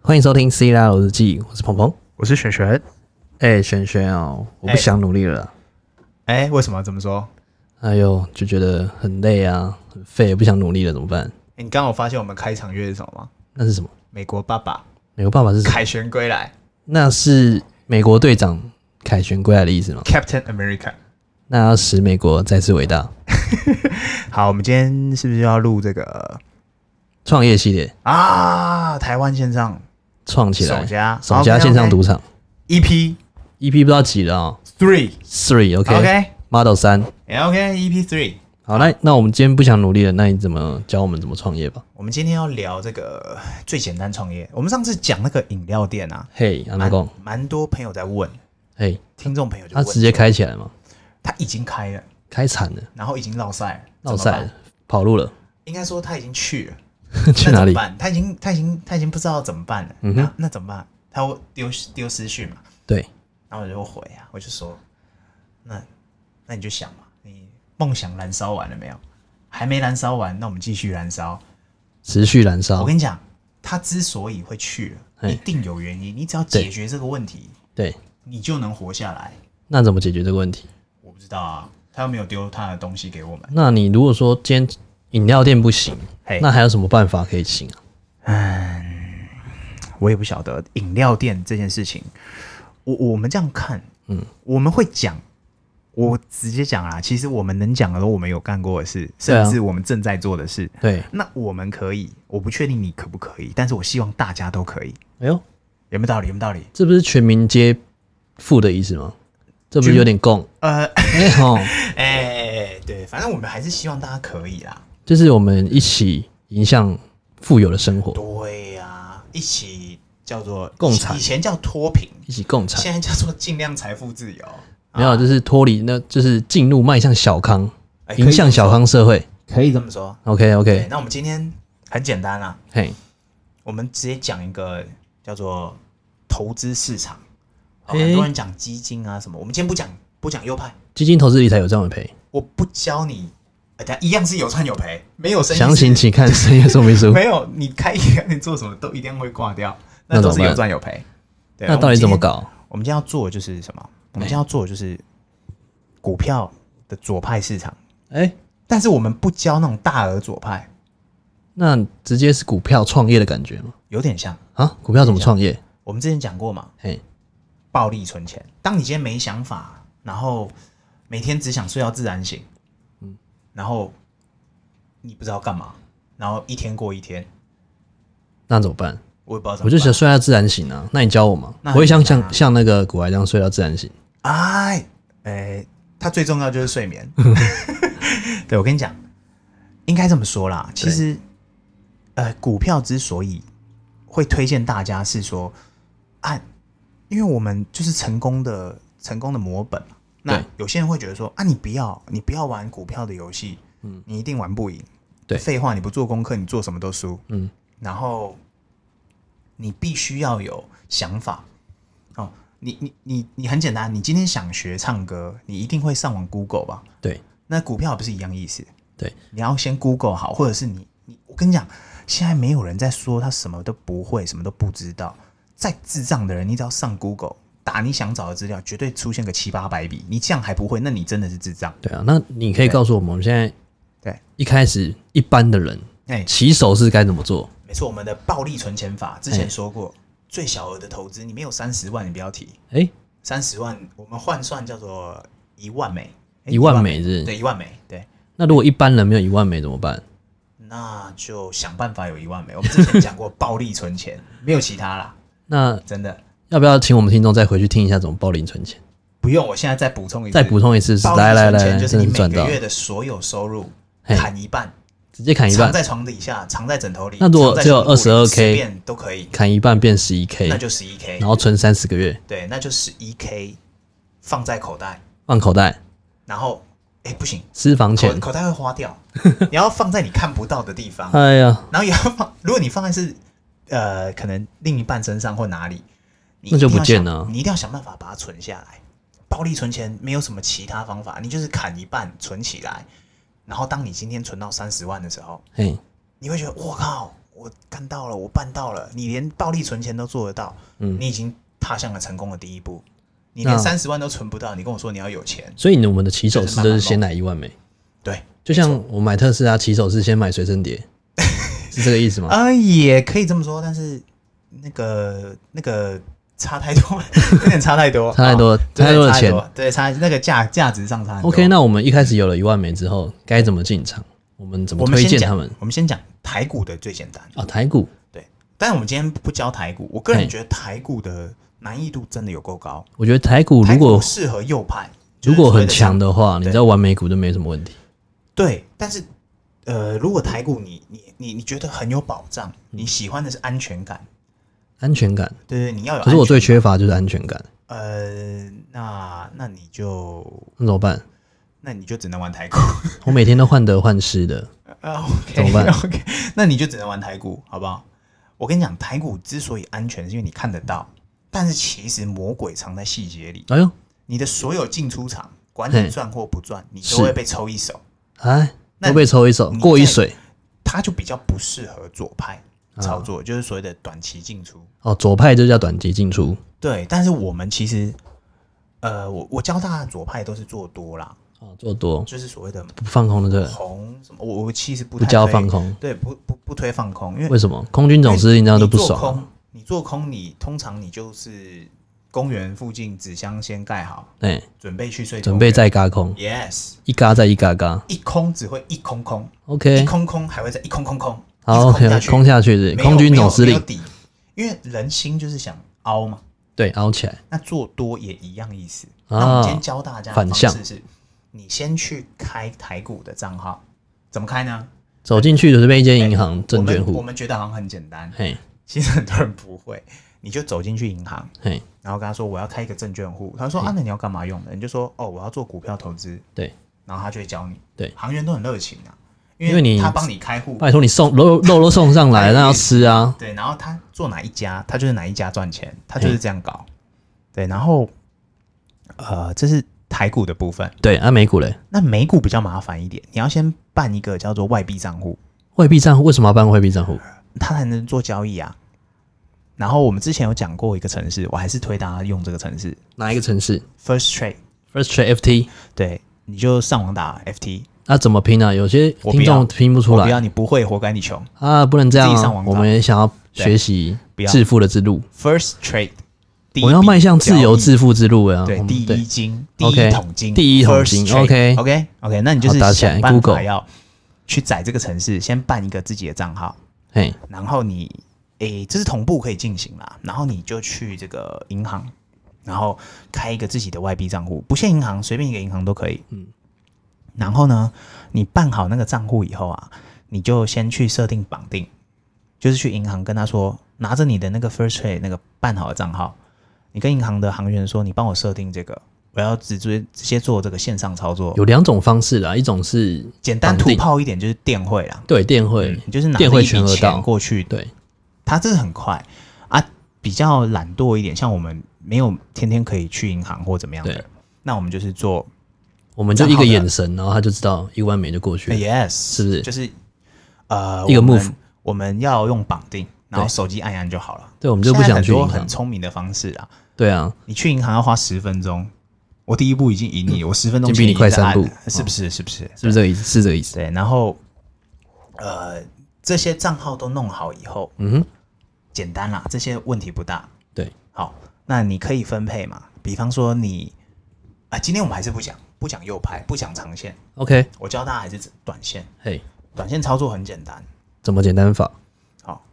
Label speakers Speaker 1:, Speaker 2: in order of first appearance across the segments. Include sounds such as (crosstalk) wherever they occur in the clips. Speaker 1: 欢迎收听《C 大佬日记》，我是鹏鹏。
Speaker 2: 我是璇璇。
Speaker 1: 哎、轩轩哦，我不
Speaker 2: 哎
Speaker 1: 想努力了啦，
Speaker 2: 哎、为什么？怎么说？
Speaker 1: 哎呦，就觉得很累啊，很废，不想努力了，怎么办？
Speaker 2: 哎你刚刚有发现我们开场乐是什么吗？
Speaker 1: 那是什么？
Speaker 2: 美国爸爸
Speaker 1: 美国爸爸是什么？
Speaker 2: 凯旋归来
Speaker 1: 那是美国队长凯旋归来的意思吗？
Speaker 2: ，Captain America。
Speaker 1: 那要使美国再次伟大，
Speaker 2: 好，我们今天是不是要录这个
Speaker 1: 创业系列，
Speaker 2: 啊？台湾线上
Speaker 1: 创起
Speaker 2: 首
Speaker 1: 来，
Speaker 2: 家
Speaker 1: 首家线上赌场
Speaker 2: EP
Speaker 1: EP 不知道几了啊、
Speaker 2: Three。
Speaker 1: Three OK
Speaker 2: OK，
Speaker 1: Model 三。
Speaker 2: 哎 OK，EP Three。
Speaker 1: 好，那那我们今天不想努力了，那你怎么教我们怎么创业吧？
Speaker 2: 我们今天要聊这个最简单创业。我们上次讲那个饮料店啊，
Speaker 1: 嘿，阿
Speaker 2: 蛮
Speaker 1: 南贡，
Speaker 2: 蛮多朋友在问，
Speaker 1: 嘿，
Speaker 2: 听众朋友就
Speaker 1: 他
Speaker 2: 问，
Speaker 1: 直接，开起来嘛，
Speaker 2: 他已经开了，
Speaker 1: 开惨了，
Speaker 2: 然后已经落赛了，
Speaker 1: 闹
Speaker 2: 怎么
Speaker 1: 赛
Speaker 2: 办
Speaker 1: 了，跑路了，
Speaker 2: 应该说他已经去了。
Speaker 1: (laughs) 去哪
Speaker 2: 那怎么
Speaker 1: 里？
Speaker 2: 办？他已经他已经他已经不知道怎么办了。
Speaker 1: 嗯哼
Speaker 2: 那那怎么办？他会丢丢私讯嘛？
Speaker 1: 对，
Speaker 2: 然后我就回啊，我就说，那那你就想嘛，你梦想燃烧完了没有？还没燃烧完，那我们继续燃烧。
Speaker 1: 持续燃烧
Speaker 2: 我，跟你讲，他之所以会去了，
Speaker 1: 嘿
Speaker 2: 一定有原因。你只要
Speaker 1: 对
Speaker 2: 解决这个问题，
Speaker 1: 对，
Speaker 2: 你就能活下来。
Speaker 1: 那怎么解决这个问题？
Speaker 2: 我不知道啊，他又没有丢他的东西给我们。
Speaker 1: 那你如果说今天饮料店不行，
Speaker 2: 嘿
Speaker 1: 那还有什么办法可以行啊？
Speaker 2: 我也不晓得饮料店这件事情，我我们这样看，嗯，我们会讲，我直接讲啦。其实我们能讲的都我们有干过的事，
Speaker 1: 对啊
Speaker 2: 甚至我们正在做的事。
Speaker 1: 对，
Speaker 2: 那我们可以，我不确定你可不可以，但是我希望大家都可以，
Speaker 1: 哎呦，
Speaker 2: 有没有道理？有没有道理？
Speaker 1: 这不是全民皆富的意思吗？这不是
Speaker 2: 全
Speaker 1: 有点共？
Speaker 2: 呃，
Speaker 1: 哎 (laughs) 吼，
Speaker 2: 哎、对，反正我们还是希望大家可以啦。
Speaker 1: 就是我们一起迎向富有的生活，
Speaker 2: 对呀、一起叫做
Speaker 1: 共产
Speaker 2: 以前叫脱贫，
Speaker 1: 一起共产。
Speaker 2: 现在叫做尽量财富自由，
Speaker 1: 没有，就是脱离，那就是进入迈向小康，
Speaker 2: 啊哎
Speaker 1: 迎向小，康社会。
Speaker 2: 可以这么说。
Speaker 1: OK
Speaker 2: 对，
Speaker 1: OK，
Speaker 2: 那我们今天很简单啦，
Speaker 1: 嘿，
Speaker 2: 我们直接讲一个叫做投资市场。好
Speaker 1: 诶
Speaker 2: 很多人讲基金啊什么，我们今天不讲不讲优派，
Speaker 1: 基金投资理财有赚有赔，
Speaker 2: 我不教你，呃，等下一样是有赚有赔，没有生意
Speaker 1: 详情
Speaker 2: 是
Speaker 1: 请看深夜说明书。
Speaker 2: 没有你开一个你做什么都一定会挂掉，
Speaker 1: 那
Speaker 2: 那
Speaker 1: 怎
Speaker 2: 都
Speaker 1: 么
Speaker 2: 是
Speaker 1: 办
Speaker 2: 有赚有赔。 (laughs) 对
Speaker 1: 那到底怎么？搞？
Speaker 2: 我们今天我们今天要做的就是什么？我们今天要做的就是股票的左派市场，
Speaker 1: 哎，
Speaker 2: 但是我们不教那种大额左派，
Speaker 1: 那直接是股票创业的感觉吗？
Speaker 2: 有点像
Speaker 1: 啊，股票怎么创业？
Speaker 2: 我们之前讲过嘛，
Speaker 1: 嘿，
Speaker 2: 暴力存钱。当你今天没想法，然后每天只想睡到自然醒，嗯，然后你不知道干嘛，然后一天过一天，
Speaker 1: 那怎么办？
Speaker 2: 我也不知道怎么办。
Speaker 1: 我就想睡到自然醒啊。那你教我嘛？
Speaker 2: 那很
Speaker 1: 我也想
Speaker 2: 简单啊
Speaker 1: 像像那个古埃这样睡到自然醒。
Speaker 2: 哎，哎，它最重要就是
Speaker 1: (laughs)
Speaker 2: 睡眠。对，我跟你讲，应该这么说啦。其实，呃，股票之所以会推荐大家，是说，啊，因为我们就是成功的成功的模本嘛。那
Speaker 1: 对
Speaker 2: 有些人会觉得说，啊，你不要，你不要玩股票的游戏，嗯，你一定玩不赢。
Speaker 1: 对
Speaker 2: 废话，你不做功课，你做什么都输。
Speaker 1: 嗯，
Speaker 2: 然后你必须要有想法哦。你你你你很简单，你今天想学唱歌，你一定会上网 Google 吧？
Speaker 1: 对
Speaker 2: 那股票不是一样意思？
Speaker 1: 对，
Speaker 2: 你要先 Google 好，或者是你你我跟你讲，现在没有人在说他什么都不会，什么都不知道。再智障的人，你只要上 Google 打你想找的资料，绝对出现个七八百笔。你这样还不会，那你真的是智障。
Speaker 1: 对啊，那你可以告诉我们，我们现在
Speaker 2: 对，
Speaker 1: 一开始一般的人
Speaker 2: 哎、
Speaker 1: 起手是该怎么做？
Speaker 2: 没错，我们的暴力存钱法之
Speaker 1: 哎
Speaker 2: 前说过，最小额的投资，你没有三十万，你不要提。
Speaker 1: 哎，
Speaker 2: 三十万，我们换算叫做一万美，诶
Speaker 1: 一万美日。
Speaker 2: 对，一万美，对，
Speaker 1: 那如果一般人没有一万美怎么办？
Speaker 2: 那就想办法有一万美。我们之前讲过暴力存钱，没有其他啦， (laughs)
Speaker 1: 那
Speaker 2: 真的
Speaker 1: 要不要请我们听众再回去听一下怎么暴力存钱？
Speaker 2: 不用。我现在再补充一次，
Speaker 1: 再补充一次，是
Speaker 2: 暴力
Speaker 1: 来来
Speaker 2: 存
Speaker 1: 来，
Speaker 2: 钱
Speaker 1: 来
Speaker 2: 就是
Speaker 1: 真
Speaker 2: 你
Speaker 1: 的
Speaker 2: 每
Speaker 1: 赚到
Speaker 2: 个，月的所有收入
Speaker 1: 嘿
Speaker 2: 砍一半，
Speaker 1: 直接砍一
Speaker 2: 藏
Speaker 1: 半，
Speaker 2: 在床底下，藏在枕头里。
Speaker 1: 那如果
Speaker 2: 藏在
Speaker 1: 只有
Speaker 2: 什么柜里
Speaker 1: 22K
Speaker 2: 随便都可以，
Speaker 1: 砍一半变十一 K，
Speaker 2: 那就十一 K，
Speaker 1: 然后存三十个月
Speaker 2: 对，那就十一 K 放在口袋，
Speaker 1: 放口袋，
Speaker 2: 然后哎不行，
Speaker 1: 私房
Speaker 2: 口
Speaker 1: 钱。
Speaker 2: 口袋会花掉， (laughs) 你要放在你看不到的地方。
Speaker 1: 哎呀，
Speaker 2: 然后也要放，如果你放在是呃，可能另一半身上或哪里，你
Speaker 1: 那就
Speaker 2: 一定要
Speaker 1: 不见
Speaker 2: 想
Speaker 1: 了
Speaker 2: 你一定要想办法把它存下来。暴力存钱没有什么其他方法，你就是砍一半存起来，然后当你今天存到三十万的时候，
Speaker 1: 嘿，
Speaker 2: 你会觉得我靠，我干到了，我办到了，你连暴力存钱都做得到，
Speaker 1: 嗯
Speaker 2: 你已经踏向了成功的第一步。你
Speaker 1: 那
Speaker 2: 连三十万都存不到，你跟我说你要有钱，
Speaker 1: 所以呢，我们的起手
Speaker 2: 就是
Speaker 1: 式
Speaker 2: 慢
Speaker 1: 就
Speaker 2: 慢
Speaker 1: 是先来一万枚，
Speaker 2: 对，
Speaker 1: 就像我买特斯拉起手是先买随身
Speaker 2: (laughs)
Speaker 1: 碟，是这个意思吗？
Speaker 2: 呃，也可以这么说，但是那个那个差太多， (laughs) 有点差太
Speaker 1: (laughs)
Speaker 2: 多，
Speaker 1: 差太
Speaker 2: 啊，
Speaker 1: 多，差
Speaker 2: 对
Speaker 1: 太多的钱。，
Speaker 2: 对，差那个价价值上差很多。
Speaker 1: OK，那我们一开始有了一万枚之后，该怎么进场？我们怎么
Speaker 2: 我们
Speaker 1: 推
Speaker 2: 先
Speaker 1: 荐他
Speaker 2: 讲
Speaker 1: 们？，
Speaker 2: 我们先讲台股的最简单，
Speaker 1: 啊，台股
Speaker 2: 但我们今天不教台股，我个人
Speaker 1: 嘿
Speaker 2: 觉得台股的难易度真的有够高。
Speaker 1: 我觉得台股
Speaker 2: 台
Speaker 1: 如
Speaker 2: 股
Speaker 1: 果
Speaker 2: 适合右派，就
Speaker 1: 如
Speaker 2: 是所
Speaker 1: 果
Speaker 2: 谓
Speaker 1: 很强
Speaker 2: 的
Speaker 1: 的话，你
Speaker 2: 对
Speaker 1: 知道玩美股就没什么问题。
Speaker 2: 上对，但是呃，如果台股你你你你觉得很有保障，
Speaker 1: 嗯
Speaker 2: 你喜欢的是安全感，
Speaker 1: 安全感，
Speaker 2: 对对，你要有。
Speaker 1: 可是我最缺乏就是安全感，
Speaker 2: 呃，那那你就
Speaker 1: 那怎么办？
Speaker 2: 那你就只能玩台股， (laughs)
Speaker 1: 我每天都患得患失的，
Speaker 2: 呃
Speaker 1: 怎么
Speaker 2: ，OK
Speaker 1: 办
Speaker 2: (laughs) OK，那你就只能玩台股，好不好？我跟你讲，台股之所以安全，是因为你看得到，但是其实魔鬼藏在细节里。
Speaker 1: 哎呦，
Speaker 2: 你的所有进出场，管
Speaker 1: 嘿
Speaker 2: 你赚或不赚，你都
Speaker 1: 是
Speaker 2: 会被抽一手，
Speaker 1: 哎，
Speaker 2: 那
Speaker 1: 都被抽一手，
Speaker 2: 你
Speaker 1: 过一
Speaker 2: 在
Speaker 1: 水
Speaker 2: 它就比较不适合左派
Speaker 1: 啊
Speaker 2: 操作，就是所谓的短期进出。
Speaker 1: 哦。左派就叫短期进出
Speaker 2: 对，但是我们其实，呃，我我教大家左派都是做多啦，
Speaker 1: 哦，做多
Speaker 2: 就是所谓的
Speaker 1: 不放空的对了，
Speaker 2: 红什么，我我其实
Speaker 1: 不
Speaker 2: 不哦太
Speaker 1: 教
Speaker 2: 推
Speaker 1: 放，空，
Speaker 2: 对，不不不推放空，因
Speaker 1: (laughs)
Speaker 2: 为
Speaker 1: 为什么？空军总司令那样都不
Speaker 2: 你做
Speaker 1: 爽啊，
Speaker 2: 空，你做空你通常你就是公园附近纸箱先盖好，
Speaker 1: 哎，
Speaker 2: 准备去睡公园，
Speaker 1: 准备再嘎空，
Speaker 2: yes，
Speaker 1: 一嘎再一嘎嘎
Speaker 2: 一空只会一空空。一
Speaker 1: ，OK，
Speaker 2: 空空还会再一空空空，
Speaker 1: 好
Speaker 2: 一
Speaker 1: ，OK，
Speaker 2: 直空下
Speaker 1: (laughs)
Speaker 2: 去
Speaker 1: 空下去是
Speaker 2: 没有
Speaker 1: 空军总司
Speaker 2: 没有
Speaker 1: 令，
Speaker 2: 没有底，因为人心就是想凹嘛，
Speaker 1: 对，凹起来，
Speaker 2: 那做多也一样意思。
Speaker 1: 啊
Speaker 2: 那我们今天教大家的
Speaker 1: 反
Speaker 2: 方
Speaker 1: 向
Speaker 2: 式是，你先去开台股的账号，怎么开呢？
Speaker 1: 走进去就是被一间银行证券
Speaker 2: 哎我们我
Speaker 1: 户，
Speaker 2: 们觉得好像很简单，
Speaker 1: 嘿，
Speaker 2: 其实很多人不会。你就走进去银行，
Speaker 1: 嘿，
Speaker 2: 然后跟他说我要开一个证券户，他说
Speaker 1: 嗯
Speaker 2: 啊，那你要干嘛用的？你就说哦，我要做股票投资，
Speaker 1: 对，
Speaker 2: 然后他就会教你。
Speaker 1: 对
Speaker 2: 行员都很热情啊，
Speaker 1: 因为你
Speaker 2: 他帮你开户，
Speaker 1: 拜托你送肉肉都送上来，
Speaker 2: 哎
Speaker 1: 那要吃
Speaker 2: (laughs)
Speaker 1: 啊，
Speaker 2: 对，然后他做哪一家，他就是哪一家赚钱，他就是这样搞。对，然后呃，这是台股的部分。
Speaker 1: 对，啊，美股嘞，
Speaker 2: 那美股比较麻烦一点，你要先办一个叫做外币账户，
Speaker 1: 外币账户为什么要办外币账户？
Speaker 2: 它才能做交易啊。然后我们之前有讲过一个城市，我还是推大家用这个城市
Speaker 1: 哪一个城市
Speaker 2: First Trade。
Speaker 1: ？First Trade FT，
Speaker 2: 对，你就上网打 FT，
Speaker 1: 那、怎么拼啊？有些
Speaker 2: 我不
Speaker 1: 听
Speaker 2: 要
Speaker 1: 众拼不出
Speaker 2: 我不
Speaker 1: 来
Speaker 2: 要你不会，活该你穷。
Speaker 1: 啊，不能这样、
Speaker 2: 自己上
Speaker 1: 啊
Speaker 2: 网。找
Speaker 1: 我们也想要学习
Speaker 2: 对不要
Speaker 1: 致富的之路，
Speaker 2: First Trade，第一
Speaker 1: 我要
Speaker 2: 笔
Speaker 1: 迈向
Speaker 2: 交
Speaker 1: 自由
Speaker 2: 易
Speaker 1: 致富之路呀、啊。
Speaker 2: 对，
Speaker 1: 我们
Speaker 2: 第一
Speaker 1: 对
Speaker 2: 金，第
Speaker 1: OK，
Speaker 2: 一桶金，
Speaker 1: 第一桶金 OK
Speaker 2: OK OK，那你就是
Speaker 1: 好打起来
Speaker 2: 想办法
Speaker 1: Google
Speaker 2: 要去载这个城市，先办一个自己的账号，
Speaker 1: 嘿，
Speaker 2: 然后你诶，这是同步可以进行啦，然后你就去这个银行，然后开一个自己的外币账户，不限银行，随便一个银行都可以。嗯，然后呢，你办好那个账户以后啊，你就先去设定绑定，就是去银行跟他说，拿着你的那个 First Trade 那个办好的账号，你跟银行的行员说，你帮我设定这个，我要直接直接做这个线上操作，
Speaker 1: 有两种方式啦，一种是
Speaker 2: 简单
Speaker 1: 绑
Speaker 2: 土
Speaker 1: 定
Speaker 2: 炮一点就是电汇啦，
Speaker 1: 对电汇，
Speaker 2: 你就是拿
Speaker 1: 电
Speaker 2: 着
Speaker 1: 汇
Speaker 2: 一
Speaker 1: 全
Speaker 2: 笔
Speaker 1: 额到
Speaker 2: 钱过去
Speaker 1: 对
Speaker 2: 它这个很快啊，比较懒惰一点，像我们没有天天可以去银行或怎么样
Speaker 1: 对
Speaker 2: 的，那我们就是做、
Speaker 1: 我们就一
Speaker 2: 账号
Speaker 1: 个
Speaker 2: 的
Speaker 1: 眼神，然后他就知道一万美就过去了。
Speaker 2: yes，
Speaker 1: 是
Speaker 2: 是
Speaker 1: 不是
Speaker 2: 就是呃
Speaker 1: 一个
Speaker 2: 我们
Speaker 1: move
Speaker 2: 我们要用绑定，然后
Speaker 1: 对
Speaker 2: 手机按一按就好了。
Speaker 1: 对，我们就不
Speaker 2: 现在
Speaker 1: 想
Speaker 2: 很
Speaker 1: 去
Speaker 2: 多
Speaker 1: 银
Speaker 2: 很
Speaker 1: 行。
Speaker 2: 聪明的方式啊，
Speaker 1: 对啊，
Speaker 2: 你去银行要花十分钟，我第一步已经赢你，我十分
Speaker 1: 嗯
Speaker 2: 钟
Speaker 1: 已经比你
Speaker 2: 前
Speaker 1: 快
Speaker 2: 已经在
Speaker 1: 三步嗯
Speaker 2: 按了是不是？是不是？
Speaker 1: 是不是这个意思？是这个意思。
Speaker 2: 对，然后呃这些账号都弄好以后，
Speaker 1: 嗯哼，
Speaker 2: 简单啦，这些问题不大。
Speaker 1: 对，
Speaker 2: 好，那你可以分配嘛？比方说你啊，今天我们还是不讲不讲右派，不讲长线，
Speaker 1: OK，
Speaker 2: 我教大家还是短线。
Speaker 1: 嘿，
Speaker 2: 短线操作很简单，
Speaker 1: 怎么简单法？
Speaker 2: 好，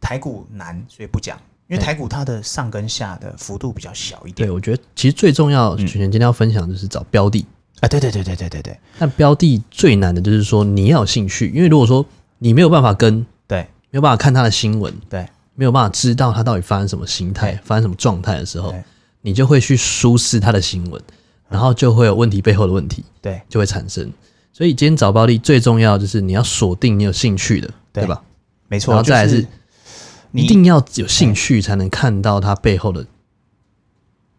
Speaker 2: 台股难，所以不讲，因为
Speaker 1: 对
Speaker 2: 台股它的上跟下的幅度比较小一
Speaker 1: 对，嗯
Speaker 2: 点。
Speaker 1: 我觉得其实最重要，群今天要分享的就是找标的。
Speaker 2: 啊，对对对对对对对
Speaker 1: 但标的最难的就是说你要有兴趣，因为如果说你没有办法跟，没
Speaker 2: 对
Speaker 1: 有办法看他的新闻，
Speaker 2: 对
Speaker 1: 没有办法知道他到底发生什么形态
Speaker 2: 对、
Speaker 1: 发生什么状态的时候
Speaker 2: 对，
Speaker 1: 你就会去疏失他的新闻，然后就会有问题背后的问题
Speaker 2: 对
Speaker 1: 就会产生。所以今天找标的最重要就是你要锁定你有兴趣的，
Speaker 2: 对
Speaker 1: 对吧？
Speaker 2: 没错，
Speaker 1: 然后再来
Speaker 2: 就是你
Speaker 1: 一定要有兴趣才能看到它背后的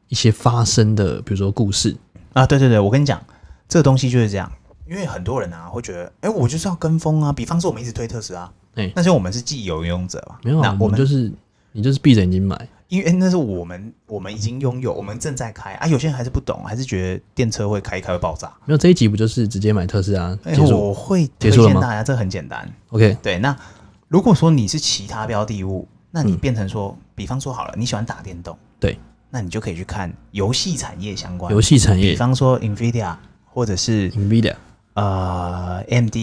Speaker 1: 一些发生的，比如说故事。
Speaker 2: 啊，对对对，我跟你讲，这个东西就是这样，因为很多人啊会觉得，哎，我就是要跟风啊。比方说我们一直推特斯拉，
Speaker 1: 哎
Speaker 2: 但是我们是既有拥有者嘛，
Speaker 1: 没有
Speaker 2: 那
Speaker 1: 啊，
Speaker 2: 我
Speaker 1: 我们
Speaker 2: 们
Speaker 1: 就是你就是闭着眼睛买，
Speaker 2: 因为那是我们我们已经拥有，我们正在开啊，有些人还是不懂，还是觉得电车会开一开会爆炸。
Speaker 1: 没有这一集不就是直接买特斯拉
Speaker 2: 哎、
Speaker 1: 结束
Speaker 2: 我会
Speaker 1: 结
Speaker 2: 推
Speaker 1: 束了
Speaker 2: 荐
Speaker 1: 吗
Speaker 2: 大家，这很简单。
Speaker 1: ？OK，
Speaker 2: 对，那如果说你是其他标的物，那
Speaker 1: 嗯
Speaker 2: 你变成说，比方说好了，你喜欢打电动，
Speaker 1: 对，
Speaker 2: 那你就可以去看游戏产业相关，
Speaker 1: 游戏产
Speaker 2: 比
Speaker 1: 业
Speaker 2: 方说 Nvidia 或者是
Speaker 1: NVIDIA，
Speaker 2: 呃 AMD，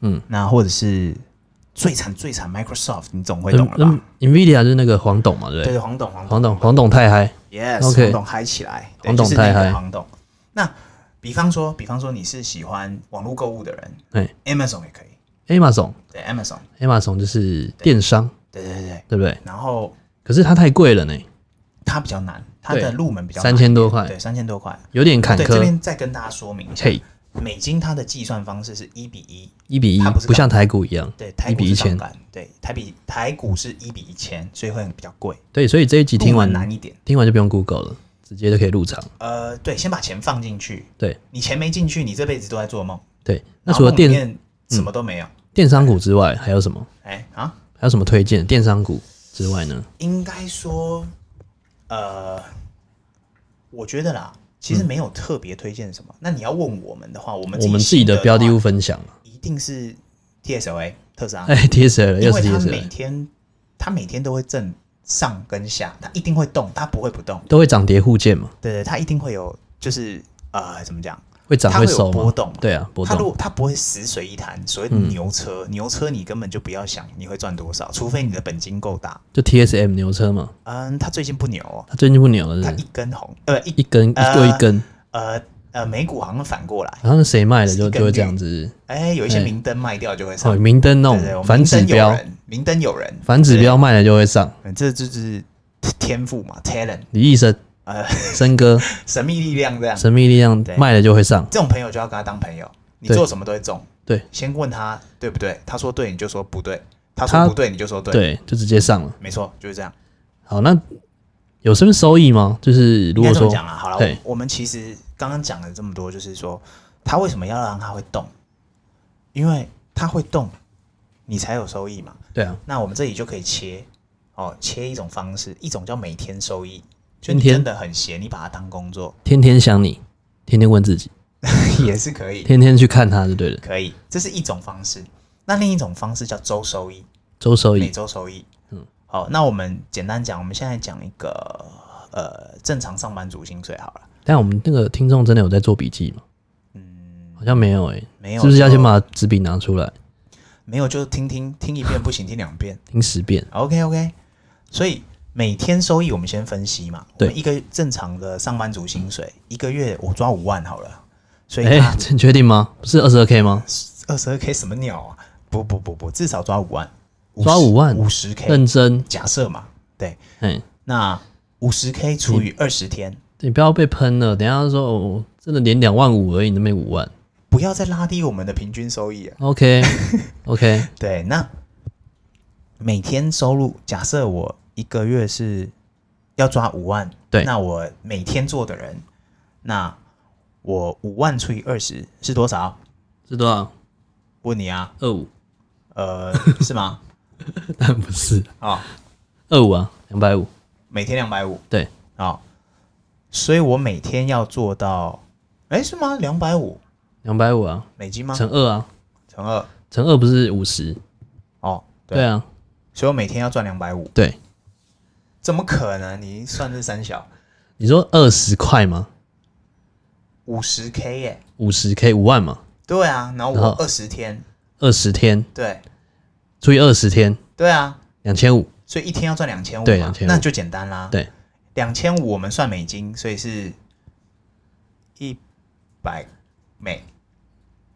Speaker 1: 嗯，
Speaker 2: 那或者是最惨最惨 Microsoft，你总会
Speaker 1: 那
Speaker 2: 懂了吧？
Speaker 1: 那嗯 NVIDIA 就是那个黄董嘛，对不
Speaker 2: 对
Speaker 1: 对？
Speaker 2: 对，黄董黄董
Speaker 1: 黄董黄董太嗨，
Speaker 2: Yes，
Speaker 1: OK
Speaker 2: 黄董嗨起来，对
Speaker 1: 黄董
Speaker 2: 就是那
Speaker 1: 太嗨
Speaker 2: 个黄董。那比方说，比方说你是喜欢网络购物的人
Speaker 1: 哎
Speaker 2: ，Amazon 也可以，
Speaker 1: ，Amazon，Amazon
Speaker 2: 对 Amazon，
Speaker 1: 就是电商，
Speaker 2: 对对对对。
Speaker 1: 对不对？
Speaker 2: 然后
Speaker 1: 可是它太贵了呢，
Speaker 2: 它比较难，它
Speaker 1: 对
Speaker 2: 的入门比较难
Speaker 1: 三千多块，
Speaker 2: 对，三千多块。
Speaker 1: 有点坎
Speaker 2: 对，这
Speaker 1: 坷。
Speaker 2: 边再跟大家说明一下，
Speaker 1: 嘿，
Speaker 2: 美金它的计算方式是一比一，
Speaker 1: 一比一
Speaker 2: 它不，是
Speaker 1: 不像台股一样，
Speaker 2: 对，台
Speaker 1: 一
Speaker 2: 股
Speaker 1: 比一
Speaker 2: 是杠
Speaker 1: 千。
Speaker 2: 杆，对，台比台股是一比一千，所以会很比较贵，
Speaker 1: 对，所以这一集听完
Speaker 2: 入门难一点。
Speaker 1: 听完就不用 Google 了，直接就可以入场。
Speaker 2: 呃，对，先把钱放进去，
Speaker 1: 对
Speaker 2: 你钱没进去，你这辈子都在做梦。
Speaker 1: 对，那除了
Speaker 2: 然后梦里
Speaker 1: 电嗯
Speaker 2: 面什么都没有，
Speaker 1: 电商股之外，还有什么？
Speaker 2: 哎啊，
Speaker 1: 还有什么推荐？电商股之外呢？
Speaker 2: 应该说，呃，我觉得啦，其实没有特别推荐什么。那你要问我们的话，我们
Speaker 1: 嗯我们自己
Speaker 2: 的
Speaker 1: 的标的
Speaker 2: 话
Speaker 1: 物分享。
Speaker 2: 一定是 TSOA 特斯拉，
Speaker 1: 哎，TSL 了
Speaker 2: 啊因
Speaker 1: 又
Speaker 2: 为
Speaker 1: 是
Speaker 2: 它每
Speaker 1: TSL，了
Speaker 2: 天它每天都会震上跟下，它一定会动，它不会不动。
Speaker 1: 都会涨跌互见嘛，
Speaker 2: 对对，它一定会有，就是呃，怎么讲？
Speaker 1: 会涨
Speaker 2: 它会有
Speaker 1: 收嘛
Speaker 2: 波动，
Speaker 1: 对啊，波
Speaker 2: 它如
Speaker 1: 动。嗯
Speaker 2: 果它不会死水一潭，所谓的牛车，牛车你根本就不要想你会赚多少，除非你的本金够大。
Speaker 1: 就 TSM 牛车嘛，
Speaker 2: 嗯，它最近不牛、哦，
Speaker 1: 它最近不牛了
Speaker 2: 它
Speaker 1: 是不
Speaker 2: 一
Speaker 1: 是，
Speaker 2: 根红，呃，一
Speaker 1: 一根
Speaker 2: 呃
Speaker 1: 又一根，
Speaker 2: 呃呃，美股好像反过来，
Speaker 1: 好像谁卖的
Speaker 2: 是一
Speaker 1: 就
Speaker 2: 根
Speaker 1: 就会这
Speaker 2: 绿
Speaker 1: 样子。
Speaker 2: 哎，有一些
Speaker 1: 哎
Speaker 2: 明灯卖掉就会上
Speaker 1: 哦，，明灯那
Speaker 2: 对对，我
Speaker 1: 种
Speaker 2: 们
Speaker 1: 反
Speaker 2: 明
Speaker 1: 指
Speaker 2: 灯有
Speaker 1: 标，
Speaker 2: 人，明灯有人，
Speaker 1: 反指标卖了就会上。
Speaker 2: 对，这就是天赋嘛，talent，
Speaker 1: 李医生、
Speaker 2: 呃，
Speaker 1: 森哥、
Speaker 2: 神秘力量这样，
Speaker 1: 神秘力量
Speaker 2: 对
Speaker 1: 卖了就会上，
Speaker 2: 这种朋友就要跟他当朋友，你
Speaker 1: 对
Speaker 2: 做什么都会中，
Speaker 1: 对，
Speaker 2: 先问他对不对，他说对你就说不对，他
Speaker 1: 他
Speaker 2: 说不对你就说对，
Speaker 1: 对，就直接上了。
Speaker 2: 没错，就是这样。
Speaker 1: 好，那有什么收益吗？就是如
Speaker 2: 应该
Speaker 1: 果
Speaker 2: 这么
Speaker 1: 说
Speaker 2: 讲啊，好了，
Speaker 1: 对
Speaker 2: 我我们其实刚刚讲了这么多，就是说他为什么要让他会动，因为他会动，你才有收益嘛。
Speaker 1: 对啊，
Speaker 2: 那我们这里就可以切哦，切一种方式，一种叫每天收益，就
Speaker 1: 每
Speaker 2: 你
Speaker 1: 天
Speaker 2: 真的很闲，你把它当工
Speaker 1: (laughs)
Speaker 2: 作
Speaker 1: 天天想你，天天问自己，
Speaker 2: 也是可以，
Speaker 1: 天天去看它就对了。
Speaker 2: 可以，这是一种方式。那另一种方式叫周收益，
Speaker 1: 周收
Speaker 2: 每
Speaker 1: 益，
Speaker 2: 周收益。
Speaker 1: 嗯
Speaker 2: 嗯，好，那我们简单讲，我们现在讲一个呃正常上班族薪水好了，
Speaker 1: 但我们那个听众真的有在做笔记吗？
Speaker 2: 嗯，
Speaker 1: 好像没有诶、
Speaker 2: 没有
Speaker 1: 是不是要
Speaker 2: 就
Speaker 1: 先把纸笔拿出来
Speaker 2: 没有就听听听一遍不行，听两遍。
Speaker 1: 听十遍？
Speaker 2: OK OK，所以每天收益我们先分析嘛。
Speaker 1: 对
Speaker 2: 我们一个正常的上班族薪水，一个月我抓五万好了，所以
Speaker 1: 哎、
Speaker 2: 他
Speaker 1: 这你确定吗？不是二十二 k 吗？
Speaker 2: 二十二 k 什么鸟啊？不不不不，至少抓五万，
Speaker 1: 抓5万
Speaker 2: 五十 k
Speaker 1: 认真，
Speaker 2: 假设嘛，对，
Speaker 1: 哎、
Speaker 2: 那五十 k 除以二十天，
Speaker 1: 你不要被喷了。等一下说哦，真的连两万五而已，你那边五万
Speaker 2: 不要再拉低我们的平均收益啊。
Speaker 1: ，OK OK，
Speaker 2: 对，那每天收入，假设我一个月是要抓五万，
Speaker 1: 对
Speaker 2: 那我每天做的人，那我五万除以二十是多少？
Speaker 1: 是多少？
Speaker 2: 问你啊，
Speaker 1: 二五？ (laughs)
Speaker 2: 呃，是吗？
Speaker 1: 但不是
Speaker 2: 啊、
Speaker 1: 二五啊，两百五。
Speaker 2: 每天两百五
Speaker 1: 对，
Speaker 2: 啊，所以我每天要做到，哎，是吗？两百五
Speaker 1: 两百五啊，
Speaker 2: 美金吗？
Speaker 1: 乘二啊，
Speaker 2: 乘二
Speaker 1: 乘二不是五十？
Speaker 2: 哦，
Speaker 1: 对，啊，
Speaker 2: 所以我每天要赚两百五，
Speaker 1: 对。
Speaker 2: 怎么可能？你算是三小
Speaker 1: 你说二十块吗？
Speaker 2: 五十 k 耶？
Speaker 1: 五十 k 五万嘛，
Speaker 2: 对啊，然后
Speaker 1: 然
Speaker 2: 我
Speaker 1: 后
Speaker 2: 二十天，
Speaker 1: 二十天
Speaker 2: 对
Speaker 1: 除以二十天，
Speaker 2: 对啊，
Speaker 1: 两千五。
Speaker 2: 所以一天要赚两千五，
Speaker 1: 对2500
Speaker 2: 那就简单啦。
Speaker 1: 对，
Speaker 2: 两千五我们算美金，所以是一百美，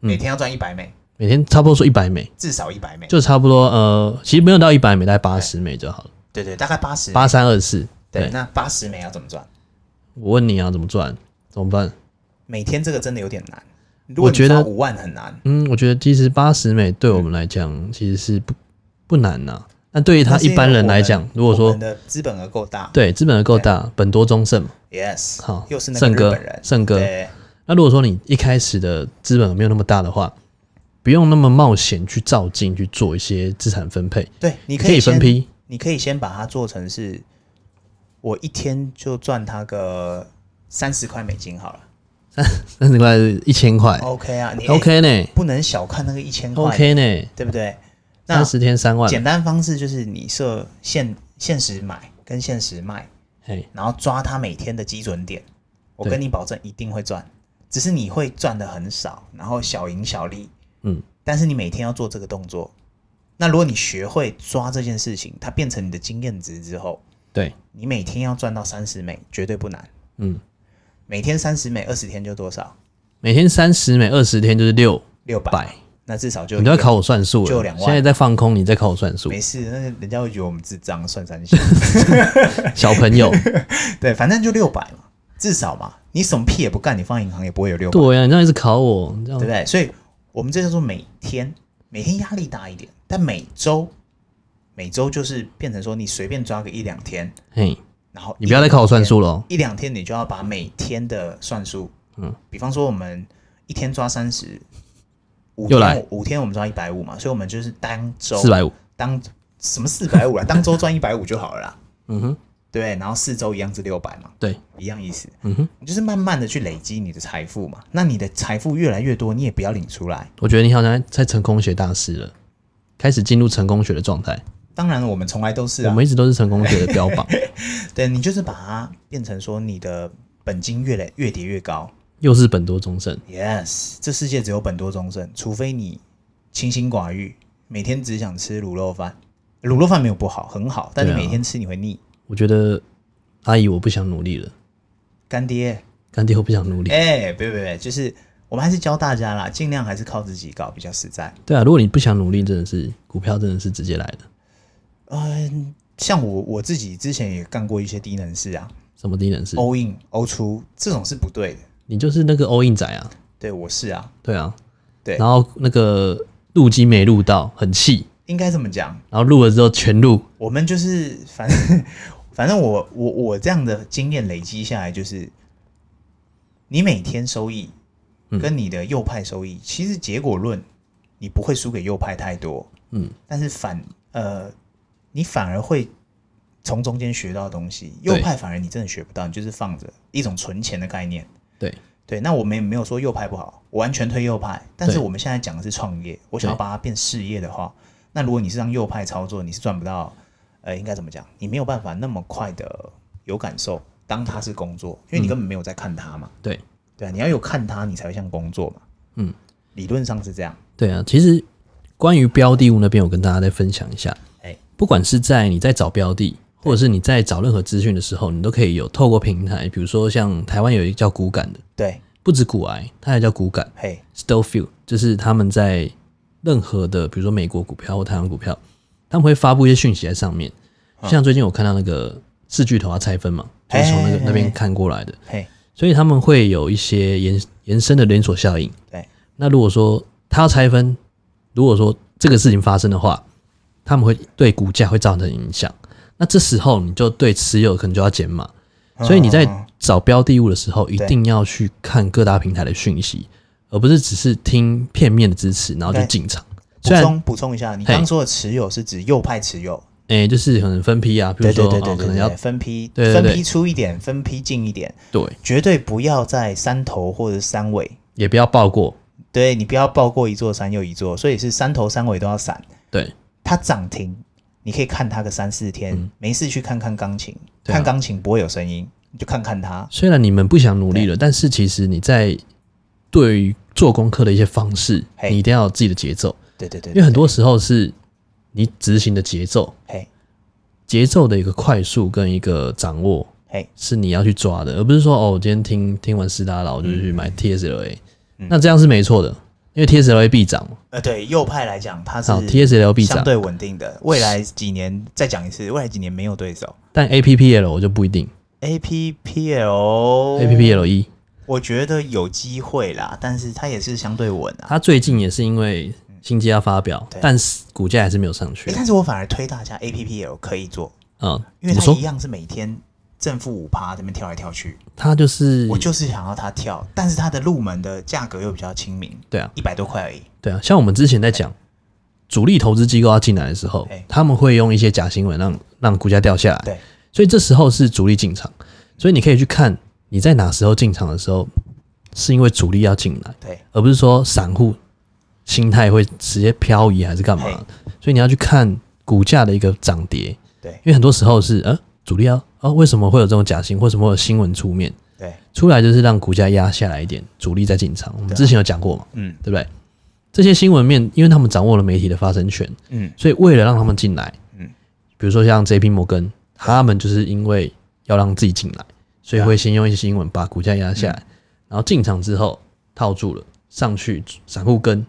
Speaker 1: 嗯
Speaker 2: 每天要赚一百美，
Speaker 1: 每天差不多说一百美，
Speaker 2: 至少一百美。
Speaker 1: 就差不多呃，其实没有到一百美，大概八十美就好了，
Speaker 2: 对对，大概八十。
Speaker 1: 八三二四。
Speaker 2: 对，
Speaker 1: 对，
Speaker 2: 那八十美要怎么赚？
Speaker 1: 我问你啊，怎么赚？怎么办？
Speaker 2: 每天这个真的有点难。如果
Speaker 1: 我觉得
Speaker 2: 五万很难，
Speaker 1: 嗯，我觉得其实八十美对我们来讲其实是不不难呐、那对于他一般人来讲，如果
Speaker 2: 我
Speaker 1: 说
Speaker 2: 们的资本额够大
Speaker 1: 对资本额够大，本多终胜嘛。
Speaker 2: ，yes，
Speaker 1: 好
Speaker 2: 又是那个
Speaker 1: 胜
Speaker 2: 日
Speaker 1: 哥
Speaker 2: 本人，
Speaker 1: 胜哥
Speaker 2: 对
Speaker 1: 那如果说你一开始的资本额没有那么大的话，不用那么冒险去照进去做一些资产分配，
Speaker 2: 对，你
Speaker 1: 你
Speaker 2: 可以
Speaker 1: 分
Speaker 2: 先，
Speaker 1: 批，
Speaker 2: 你可以先把它做成是，我一天就赚它个三十块美金好了
Speaker 1: 三十块一千块
Speaker 2: ，OK 啊，你
Speaker 1: ，OK 呢
Speaker 2: 不能小看那个一千块
Speaker 1: ，OK 呢，
Speaker 2: 对不对？那
Speaker 1: 三十天三万，
Speaker 2: 简单方式就是你设限限时买跟限时卖，
Speaker 1: 嘿，
Speaker 2: 然后抓它每天的基准点，我
Speaker 1: 对
Speaker 2: 跟你保证一定会赚，只是你会赚的很少，然后小赢小利，
Speaker 1: 嗯，
Speaker 2: 但是你每天要做这个动作。那如果你学会抓这件事情，它变成你的经验值之后，
Speaker 1: 对，
Speaker 2: 你每天要赚到三十美绝对不难，
Speaker 1: 嗯，
Speaker 2: 每天三十美，二十天就多少？
Speaker 1: 每天三十，每二十天就是六
Speaker 2: 六百，
Speaker 1: 百，
Speaker 2: 那至少就
Speaker 1: 你都要考我算数
Speaker 2: 就
Speaker 1: 了
Speaker 2: 两，万
Speaker 1: 现在在放空，你在考我算数
Speaker 2: 没，事，那人家会觉得我们智障，算
Speaker 1: (laughs)
Speaker 2: 三下。
Speaker 1: 小朋友，
Speaker 2: 对，反正就六百嘛，至少嘛，你什么屁也不干，你放银行也不会有六百，
Speaker 1: 对呀，你啊这样一直考我，你这
Speaker 2: 对不
Speaker 1: 样
Speaker 2: 对？所以我们这叫做每天，每天压力大一点，但每周，每周就是变成说你随便抓个一两天，
Speaker 1: 嘿，
Speaker 2: 然后
Speaker 1: 你不要再考我算
Speaker 2: 了，
Speaker 1: 数了哦，
Speaker 2: 一两天你就要把每天的算数，
Speaker 1: 嗯，
Speaker 2: 比方说我们一天抓三十，五
Speaker 1: 又
Speaker 2: 天
Speaker 1: 来
Speaker 2: 我五天我们抓一百五嘛，所以我们就是当周
Speaker 1: 四百五，
Speaker 2: 当什么四百五啊，当周赚一百五就好了啦，
Speaker 1: 嗯哼，
Speaker 2: 对不对，然后四周一样是六百嘛，
Speaker 1: 对，
Speaker 2: 一样意思。
Speaker 1: 嗯哼，
Speaker 2: 你就是慢慢的去累积你的财富嘛。那你的财富越来越多，你也不要领出来。
Speaker 1: 我觉得你好像在成功学大师了，开始进入成功学的状态，
Speaker 2: 当然，我们从来都是
Speaker 1: 我
Speaker 2: 啊，
Speaker 1: 们一直都是成功学的标榜，
Speaker 2: 对你就是把它变成说你的本金越来越叠越高。
Speaker 1: 又是本多终身，
Speaker 2: Yes，这世界只有本多终身，除非你清心寡欲，每天只想吃卤肉饭。卤肉饭没有不好，很好，但你
Speaker 1: 对啊
Speaker 2: 每天吃你会腻。
Speaker 1: 我觉得阿姨我不想努力了，
Speaker 2: 干爹，
Speaker 1: 干爹我不想努力。
Speaker 2: 哎、别别别，就是我们还是教大家啦，尽量还是靠自己搞比较实在。
Speaker 1: 对啊，如果你不想努力，真的是股票真的是直接来的。
Speaker 2: 嗯，像我我自己之前也干过一些低能事啊，
Speaker 1: 什么低能是？
Speaker 2: 欧印欧出这种是不对的。
Speaker 1: 你就是那个欧印仔啊，
Speaker 2: 对，我是啊，
Speaker 1: 对啊，
Speaker 2: 对
Speaker 1: 然后那个录机没录到，很气，
Speaker 2: 应该这么讲，
Speaker 1: 然后录了之后全录，
Speaker 2: 我们就是反正反正我我我这样的经验累积下来，就是你每天收益
Speaker 1: 嗯
Speaker 2: 跟你的右派收益，其实结果论你不会输给右派太多，
Speaker 1: 嗯，
Speaker 2: 但是反呃你反而会。从中间学到东西，右
Speaker 1: 对
Speaker 2: 派反而你真的学不到，你就是放着一种存钱的概念。
Speaker 1: 对，
Speaker 2: 对，那我们也没有说右派不好，我完全推右派，但是
Speaker 1: 对
Speaker 2: 我们现在讲的是创业，我想要
Speaker 1: 对
Speaker 2: 把它变事业的话，那如果你是让右派操作，你是赚不到，呃，应该怎么讲？你没有办法那么快的有感受，当它是工作，
Speaker 1: 嗯
Speaker 2: 因为你根本没有在看它嘛，
Speaker 1: 对
Speaker 2: 对啊，你要有看它，你才会像工作嘛，
Speaker 1: 嗯，
Speaker 2: 理论上是这样，
Speaker 1: 对啊。其实关于标的物那边，我跟大家再分享一下，
Speaker 2: 哎，
Speaker 1: 不管是在你在找标的，或者是你在找任何资讯的时候，你都可以有透过平台，比如说像台湾有一个叫骨感的，
Speaker 2: 对，
Speaker 1: 不止骨癌，它也叫骨感。
Speaker 2: 嘿，
Speaker 1: Stillfield，就是他们在任何的，比如说美国股票或台湾股票，他们会发布一些讯息在上面。像最近我看到那个四巨头要拆分嘛，就是从那
Speaker 2: 哎
Speaker 1: 个
Speaker 2: 哎哎
Speaker 1: 那边看过来的，
Speaker 2: 嘿，
Speaker 1: 所以他们会有一些延延伸的连锁效应。
Speaker 2: 对，
Speaker 1: 那如果说他要拆分，如果说这个事情发生的话，他们会对股价会造成影响。那这时候你就对持有可能就要减码，
Speaker 2: 啊
Speaker 1: 所以你在找标的物的时候，一定要去看各大平台的讯息，而不是只是听片面的支持，然后就
Speaker 2: 对
Speaker 1: 进场。
Speaker 2: 补
Speaker 1: 虽然
Speaker 2: 充补充一下，你刚
Speaker 1: 嘿
Speaker 2: 刚说的持有是指右派持有，
Speaker 1: 诶、就是可能分批啊，比如
Speaker 2: 对对
Speaker 1: 说
Speaker 2: 对
Speaker 1: 哦
Speaker 2: 对
Speaker 1: 可能
Speaker 2: 对
Speaker 1: 要
Speaker 2: 对，分批
Speaker 1: 对对
Speaker 2: 分
Speaker 1: 对
Speaker 2: 批出一点，分批进一点，
Speaker 1: 对，
Speaker 2: 绝对不要在山头或者山尾，
Speaker 1: 也不要报过，
Speaker 2: 对你不要抱过一座山又一座，所以是山头山尾都要闪。
Speaker 1: 对
Speaker 2: 它涨停，你可以看它个三四天，没事去看看钢琴，
Speaker 1: 嗯对啊
Speaker 2: 看钢琴不会有声音，你就看看它。
Speaker 1: 虽然你们不想努力了，但是其实你在对于做功课的一些方式，
Speaker 2: 嘿
Speaker 1: 你一定要有自己的节奏，
Speaker 2: 对对对
Speaker 1: 因为很多时候是你执行的节奏，
Speaker 2: 嘿，
Speaker 1: 节奏的一个快速跟一个掌握
Speaker 2: 嘿，
Speaker 1: 是你要去抓的，而不是说哦，我今天听听完斯达老，我就去买 TSLA，、
Speaker 2: 嗯
Speaker 1: 那这样是没错的，因为 TSLA 必涨嘛，
Speaker 2: 呃，对右派来讲，它
Speaker 1: 好
Speaker 2: 是
Speaker 1: ，TSL 必
Speaker 2: 相
Speaker 1: 涨，
Speaker 2: 对稳定的，未来几年再讲一次，未来几年没有对手。
Speaker 1: 但 APPL 我就不一定
Speaker 2: A P P L
Speaker 1: ，APPL 一，
Speaker 2: 我觉得有机会啦，但是它也是相对稳啊。
Speaker 1: 它最近也是因为新机要发表，
Speaker 2: 嗯对
Speaker 1: 但是股价还是没有上去
Speaker 2: 诶，但是我反而推大家 A P P L 可以做，
Speaker 1: 嗯，怎
Speaker 2: 因为
Speaker 1: 么
Speaker 2: 它
Speaker 1: 说
Speaker 2: 一？样是每天正负五趴这边跳来跳去，
Speaker 1: 它就是
Speaker 2: 我就是想要它跳，但是它的入门的价格又比较亲民，
Speaker 1: 对啊
Speaker 2: 一百多块而已。
Speaker 1: 对啊，像我们之前在讲主力投资机构要进来的时候
Speaker 2: 哎，
Speaker 1: 他们会用一些假新闻让让股价掉下来，
Speaker 2: 对，
Speaker 1: 所以这时候是主力进场，所以你可以去看你在哪时候进场的时候，是因为主力要进来，
Speaker 2: 对，
Speaker 1: 而不是说散户心态会直接漂移还是干嘛
Speaker 2: 嘿，
Speaker 1: 所以你要去看股价的一个涨跌，
Speaker 2: 对
Speaker 1: 因为很多时候是呃主力要哦为什么会有这种假新闻，为什么会有新闻出面
Speaker 2: 对，
Speaker 1: 出来，就是让股价压下来一点，主力再进场，我们
Speaker 2: 对啊
Speaker 1: 之前有讲过嘛，
Speaker 2: 嗯
Speaker 1: 对不对？这些新闻面，因为他们掌握了媒体的发声权，
Speaker 2: 嗯
Speaker 1: 所以为了让他们进来，
Speaker 2: 嗯
Speaker 1: 嗯，比如说像 J P 摩根，他们就是因为要让自己进来，
Speaker 2: 啊
Speaker 1: 所以会先用一些新闻把股价压下来，
Speaker 2: 嗯
Speaker 1: 然后进场之后套住了，上去散户跟，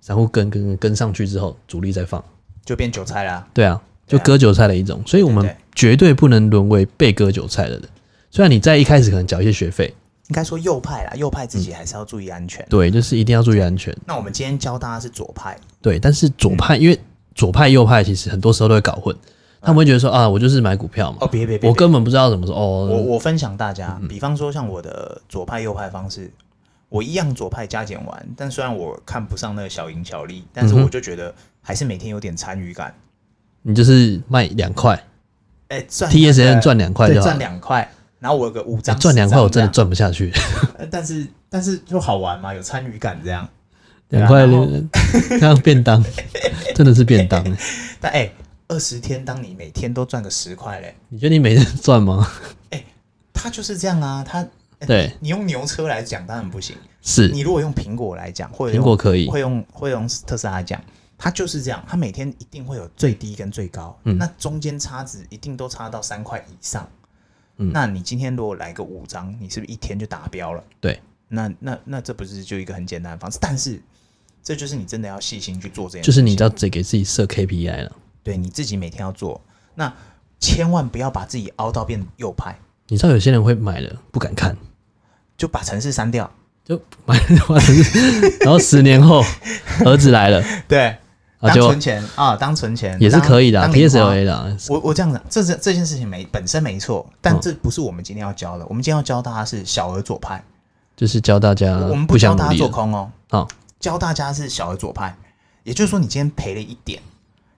Speaker 1: 散户跟跟跟跟上去之后，主力再放，
Speaker 2: 就变韭菜啦。
Speaker 1: 对啊，
Speaker 2: 对
Speaker 1: 就
Speaker 2: 啊
Speaker 1: 割韭菜的一种，所以我
Speaker 2: 对
Speaker 1: 们
Speaker 2: 对
Speaker 1: 绝对不能沦为被割韭菜的人。虽然你在一开始可能缴一些学费，
Speaker 2: 应该说右派啦，右派自己还是要注意安全。
Speaker 1: 对，就是一定要注意安全，
Speaker 2: 那我们今天教大家是左派，
Speaker 1: 对。但是左
Speaker 2: 嗯
Speaker 1: 派，因为左派右派其实很多时候都会搞混，他们会觉得说啊，我就是买股票嘛
Speaker 2: 哦，，别别别，
Speaker 1: 我
Speaker 2: 别
Speaker 1: 根本不知道怎么说哦，
Speaker 2: 我我分享大家，
Speaker 1: 嗯
Speaker 2: 比方说像我的左派右派方式，我一样左派加减完，但虽然我看不上那个小赢小利，但是
Speaker 1: 嗯哼
Speaker 2: 我就觉得还是每天有点参与感。
Speaker 1: 你就是卖两块
Speaker 2: 哎、赚
Speaker 1: ，T S
Speaker 2: 那
Speaker 1: N
Speaker 2: 个
Speaker 1: 赚两块
Speaker 2: 对
Speaker 1: 就好
Speaker 2: 赚
Speaker 1: 了，
Speaker 2: 两块，然后我有个五
Speaker 1: 哎
Speaker 2: 张
Speaker 1: 赚两块我真的
Speaker 2: 十张
Speaker 1: 赚不下去，
Speaker 2: 这样，呃但是但是就好玩嘛，有参与感这样。对
Speaker 1: (laughs) 两
Speaker 2: 啊
Speaker 1: 块
Speaker 2: 然后
Speaker 1: 当便当， (laughs) 真的是便当。
Speaker 2: 但哎，二、十天当你每天都赚个十块嘞，
Speaker 1: 你觉得你每天赚吗？
Speaker 2: (laughs) 他就是这样啊，他。哎
Speaker 1: 对，
Speaker 2: 你用牛车来讲当然不行，
Speaker 1: 是
Speaker 2: 你如果用苹果来讲，或者
Speaker 1: 苹
Speaker 2: 用
Speaker 1: 果可以，
Speaker 2: 会用会用特斯拉讲，它就是这样，它每天一定会有最低跟最高，
Speaker 1: 嗯
Speaker 2: 那中间差值一定都差到三块以上。
Speaker 1: 嗯
Speaker 2: 那你今天如果来个五张，你是不是一天就达标了？
Speaker 1: 对，
Speaker 2: 那那那这不是就一个很简单的方式？但是这就是你真的要细心去做这件
Speaker 1: 就
Speaker 2: 事情，
Speaker 1: 是你要自己给自己设 K P I 了。
Speaker 2: 对你自己每天要做，那千万不要把自己凹到变右派，
Speaker 1: 你知道有些人会买了不敢看，
Speaker 2: 就把城市删掉。
Speaker 1: 就买了花城市， (laughs) 然后十年后儿子来了，
Speaker 2: 对，
Speaker 1: 啊
Speaker 2: 当
Speaker 1: 就
Speaker 2: 存钱啊，当存钱
Speaker 1: 也是可以的啊
Speaker 2: 当当
Speaker 1: ，P
Speaker 2: 零
Speaker 1: S
Speaker 2: 花
Speaker 1: L A 的啊，
Speaker 2: 我我这样讲，这这这件事情没本身没错，但
Speaker 1: 嗯
Speaker 2: 这不是我们今天要教的。我们今天要教大家是小额左派，
Speaker 1: 就是教大家
Speaker 2: 我
Speaker 1: 呃
Speaker 2: 们
Speaker 1: 不
Speaker 2: 不教
Speaker 1: 想
Speaker 2: 大
Speaker 1: 努
Speaker 2: 家
Speaker 1: 力
Speaker 2: 做
Speaker 1: 了
Speaker 2: 空哦，
Speaker 1: 啊。
Speaker 2: 教大家是小额左派。也就是说，你今天赔了一点，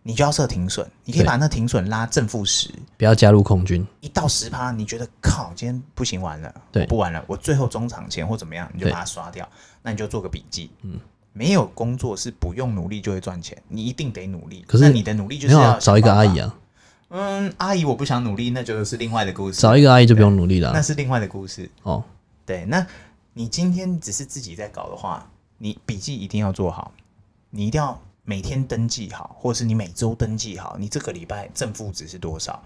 Speaker 2: 你就要设停损，你可以
Speaker 1: 对
Speaker 2: 把那停损拉正负十，
Speaker 1: 不要加入空军，
Speaker 2: 一到十趴，你觉得靠，今天不行完了，
Speaker 1: 对
Speaker 2: 我不玩了，我最后中场前或怎么样，你就
Speaker 1: 对
Speaker 2: 把它刷掉，那你就做个笔记，嗯。没有工作是不用努力就会赚钱，你一定得努力。
Speaker 1: 可是
Speaker 2: 那你的努力就
Speaker 1: 没
Speaker 2: 是
Speaker 1: 有
Speaker 2: 要
Speaker 1: 啊找一个
Speaker 2: 想
Speaker 1: 阿
Speaker 2: 办
Speaker 1: 姨。
Speaker 2: 法
Speaker 1: 啊，
Speaker 2: 嗯，阿姨我不想努力，那就是另外的故事。
Speaker 1: 找一个阿姨就不用努力了
Speaker 2: 那
Speaker 1: 啊
Speaker 2: 是另外的故事。
Speaker 1: 哦。
Speaker 2: 对，那你今天只是自己在搞的话，你笔记一定要做好，你一定要每天登记好，或是你每周登记好，你这个礼拜正负值是多少，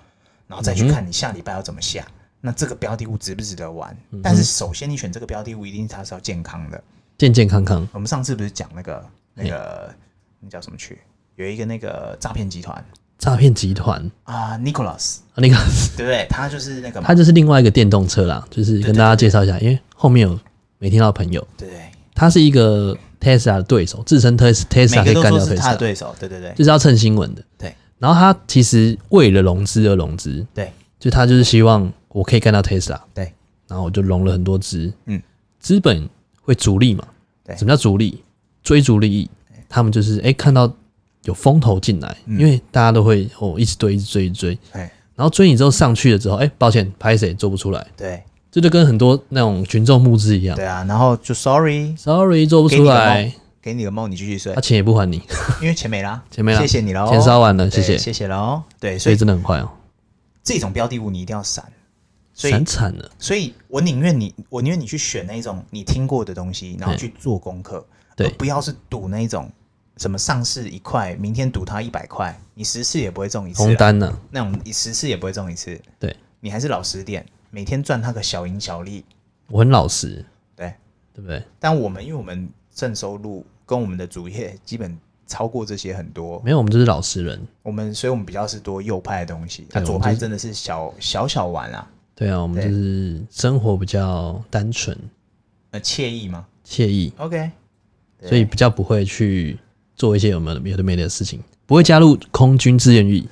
Speaker 2: 然后再去看你下礼拜要怎么下。那这个标的物值不值得玩？但是首先你选这个标的物，一定它是要健康的。
Speaker 1: 健健康康，
Speaker 2: 我们上次不是讲那个那个那叫什么去？有一个那个诈骗集团
Speaker 1: 诈骗集团
Speaker 2: 啊，Nicholas，
Speaker 1: 啊那个 (laughs)
Speaker 2: 对不对？他就是那个嘛
Speaker 1: 它就是另外一个电动车啦，就是跟大家介绍一下，因为后面有没听到的朋友，
Speaker 2: 对不对？
Speaker 1: 它是一个 Tesla 的对手，自称 Tes- Tesla 可
Speaker 2: 每个
Speaker 1: 以
Speaker 2: 都
Speaker 1: 干
Speaker 2: 说
Speaker 1: 掉
Speaker 2: 是他的
Speaker 1: Tesla，
Speaker 2: 对手，对对对
Speaker 1: 就是要蹭新闻的。
Speaker 2: 对
Speaker 1: 然后它其实为了融资而融资，
Speaker 2: 对
Speaker 1: 就它就是希望我可以干掉 Tesla，
Speaker 2: 对，
Speaker 1: 然后我就融了很多资，
Speaker 2: 嗯，
Speaker 1: 资本会逐利嘛？
Speaker 2: 对
Speaker 1: 什么叫逐利？追逐利益，他们就是哎、看到有风头进来，
Speaker 2: 嗯
Speaker 1: 因为大家都会哦一直追，一直追，一直追，
Speaker 2: 哎
Speaker 1: 然后追你之后上去了之后，哎、抱歉，拍谁做不出来，
Speaker 2: 对
Speaker 1: 这就跟很多那种群众募资一样
Speaker 2: 对啊，然后就 sorry，
Speaker 1: ，sorry 做不出来，
Speaker 2: 给你个梦，你继续睡
Speaker 1: 他、，钱也不还你，
Speaker 2: 因为钱没啦，
Speaker 1: 啊钱没了
Speaker 2: 谢谢你喽，哦
Speaker 1: 钱烧完了，
Speaker 2: 对
Speaker 1: 谢谢，
Speaker 2: 谢谢喽。对，
Speaker 1: 所
Speaker 2: 所
Speaker 1: 以
Speaker 2: 以
Speaker 1: 真的很坏哦，
Speaker 2: 这种标的物你一定要闪，所以
Speaker 1: 闪惨了，
Speaker 2: 所以我宁愿你，我宁愿你去选那种你听过的东西，然后
Speaker 1: 嗯
Speaker 2: 去做功课，
Speaker 1: 对
Speaker 2: 而不要是赌那种什么上市一块，明天赌它一百块，你十次也不会中一次
Speaker 1: 红
Speaker 2: 啦，
Speaker 1: 单呢、
Speaker 2: 那种你十次也不会中一次，
Speaker 1: 对
Speaker 2: 你还是老实点，每天赚它个小赢小利，
Speaker 1: 我很老实，
Speaker 2: 对。
Speaker 1: 对不对？
Speaker 2: 但我们因为我们正收入跟我们的主业基本超过这些很多，
Speaker 1: 没有，我们就是老实人，
Speaker 2: 我们所以我们比较是多右派的东西，那、
Speaker 1: 对
Speaker 2: 左
Speaker 1: 我们
Speaker 2: 派
Speaker 1: 就是
Speaker 2: 真的是小小小玩啊，
Speaker 1: 对啊，我们
Speaker 2: 对
Speaker 1: 就是生活比较单纯
Speaker 2: 呃，惬意嘛。
Speaker 1: 惬意，
Speaker 2: OK，对
Speaker 1: 所以比较不会去做一些有没有有的没的事情，不会加入空军志愿役，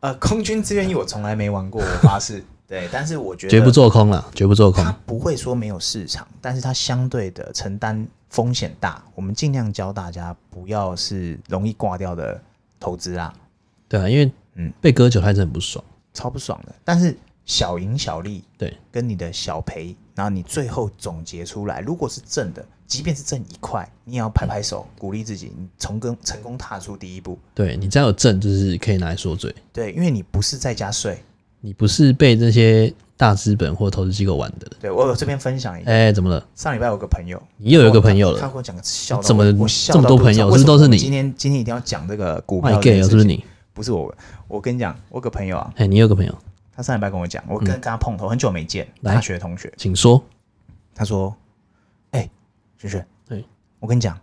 Speaker 2: 呃
Speaker 1: (laughs)
Speaker 2: 呃，空军志愿役我从来没玩过，我发誓，对，但是我觉得
Speaker 1: 绝不做空了，绝不做空
Speaker 2: 它。不会说没有市场，但是它相对的承担风险大。我们尽量教大家不要是容易挂掉的投资啦，
Speaker 1: 对啊，因为
Speaker 2: 嗯
Speaker 1: 被割韭菜真的很不爽。
Speaker 2: 超不爽的。但是小赢小利
Speaker 1: 对，
Speaker 2: 跟你的小赔，然后你最后总结出来，如果是正的，即便是挣一块，你也要拍拍手，鼓励自己，你成功成功踏出第一步。
Speaker 1: 对你只要有证，就是可以拿来说嘴。
Speaker 2: 对，因为你不是在家睡。
Speaker 1: 你不是被那些大资本或投资机构玩的。
Speaker 2: 对我有这边分享一个，
Speaker 1: 哎、怎么了？
Speaker 2: 上礼拜有个朋友，
Speaker 1: 你又有一个朋友
Speaker 2: 他
Speaker 1: 了，
Speaker 2: 跟我讲个笑到我，
Speaker 1: 怎么
Speaker 2: 我笑
Speaker 1: 这么
Speaker 2: 到
Speaker 1: 多
Speaker 2: 肚子
Speaker 1: 朋
Speaker 2: 痛
Speaker 1: 友
Speaker 2: 为
Speaker 1: 是不
Speaker 2: 什
Speaker 1: 是
Speaker 2: 么
Speaker 1: 都是
Speaker 2: 我
Speaker 1: 你
Speaker 2: 今天今天一定要讲这个股票
Speaker 1: 卖
Speaker 2: 这件
Speaker 1: gay
Speaker 2: 事
Speaker 1: 了哎是
Speaker 2: 情，
Speaker 1: 不是你？
Speaker 2: 不是我，我跟你讲，我有个朋友啊，
Speaker 1: 哎、你有个朋友，
Speaker 2: 他上礼拜跟我讲，我跟跟他碰头，很久没见，
Speaker 1: 嗯来
Speaker 2: 大学同学，
Speaker 1: 请说。
Speaker 2: 他说：“哎、璇璇，
Speaker 1: 对
Speaker 2: 我跟你讲，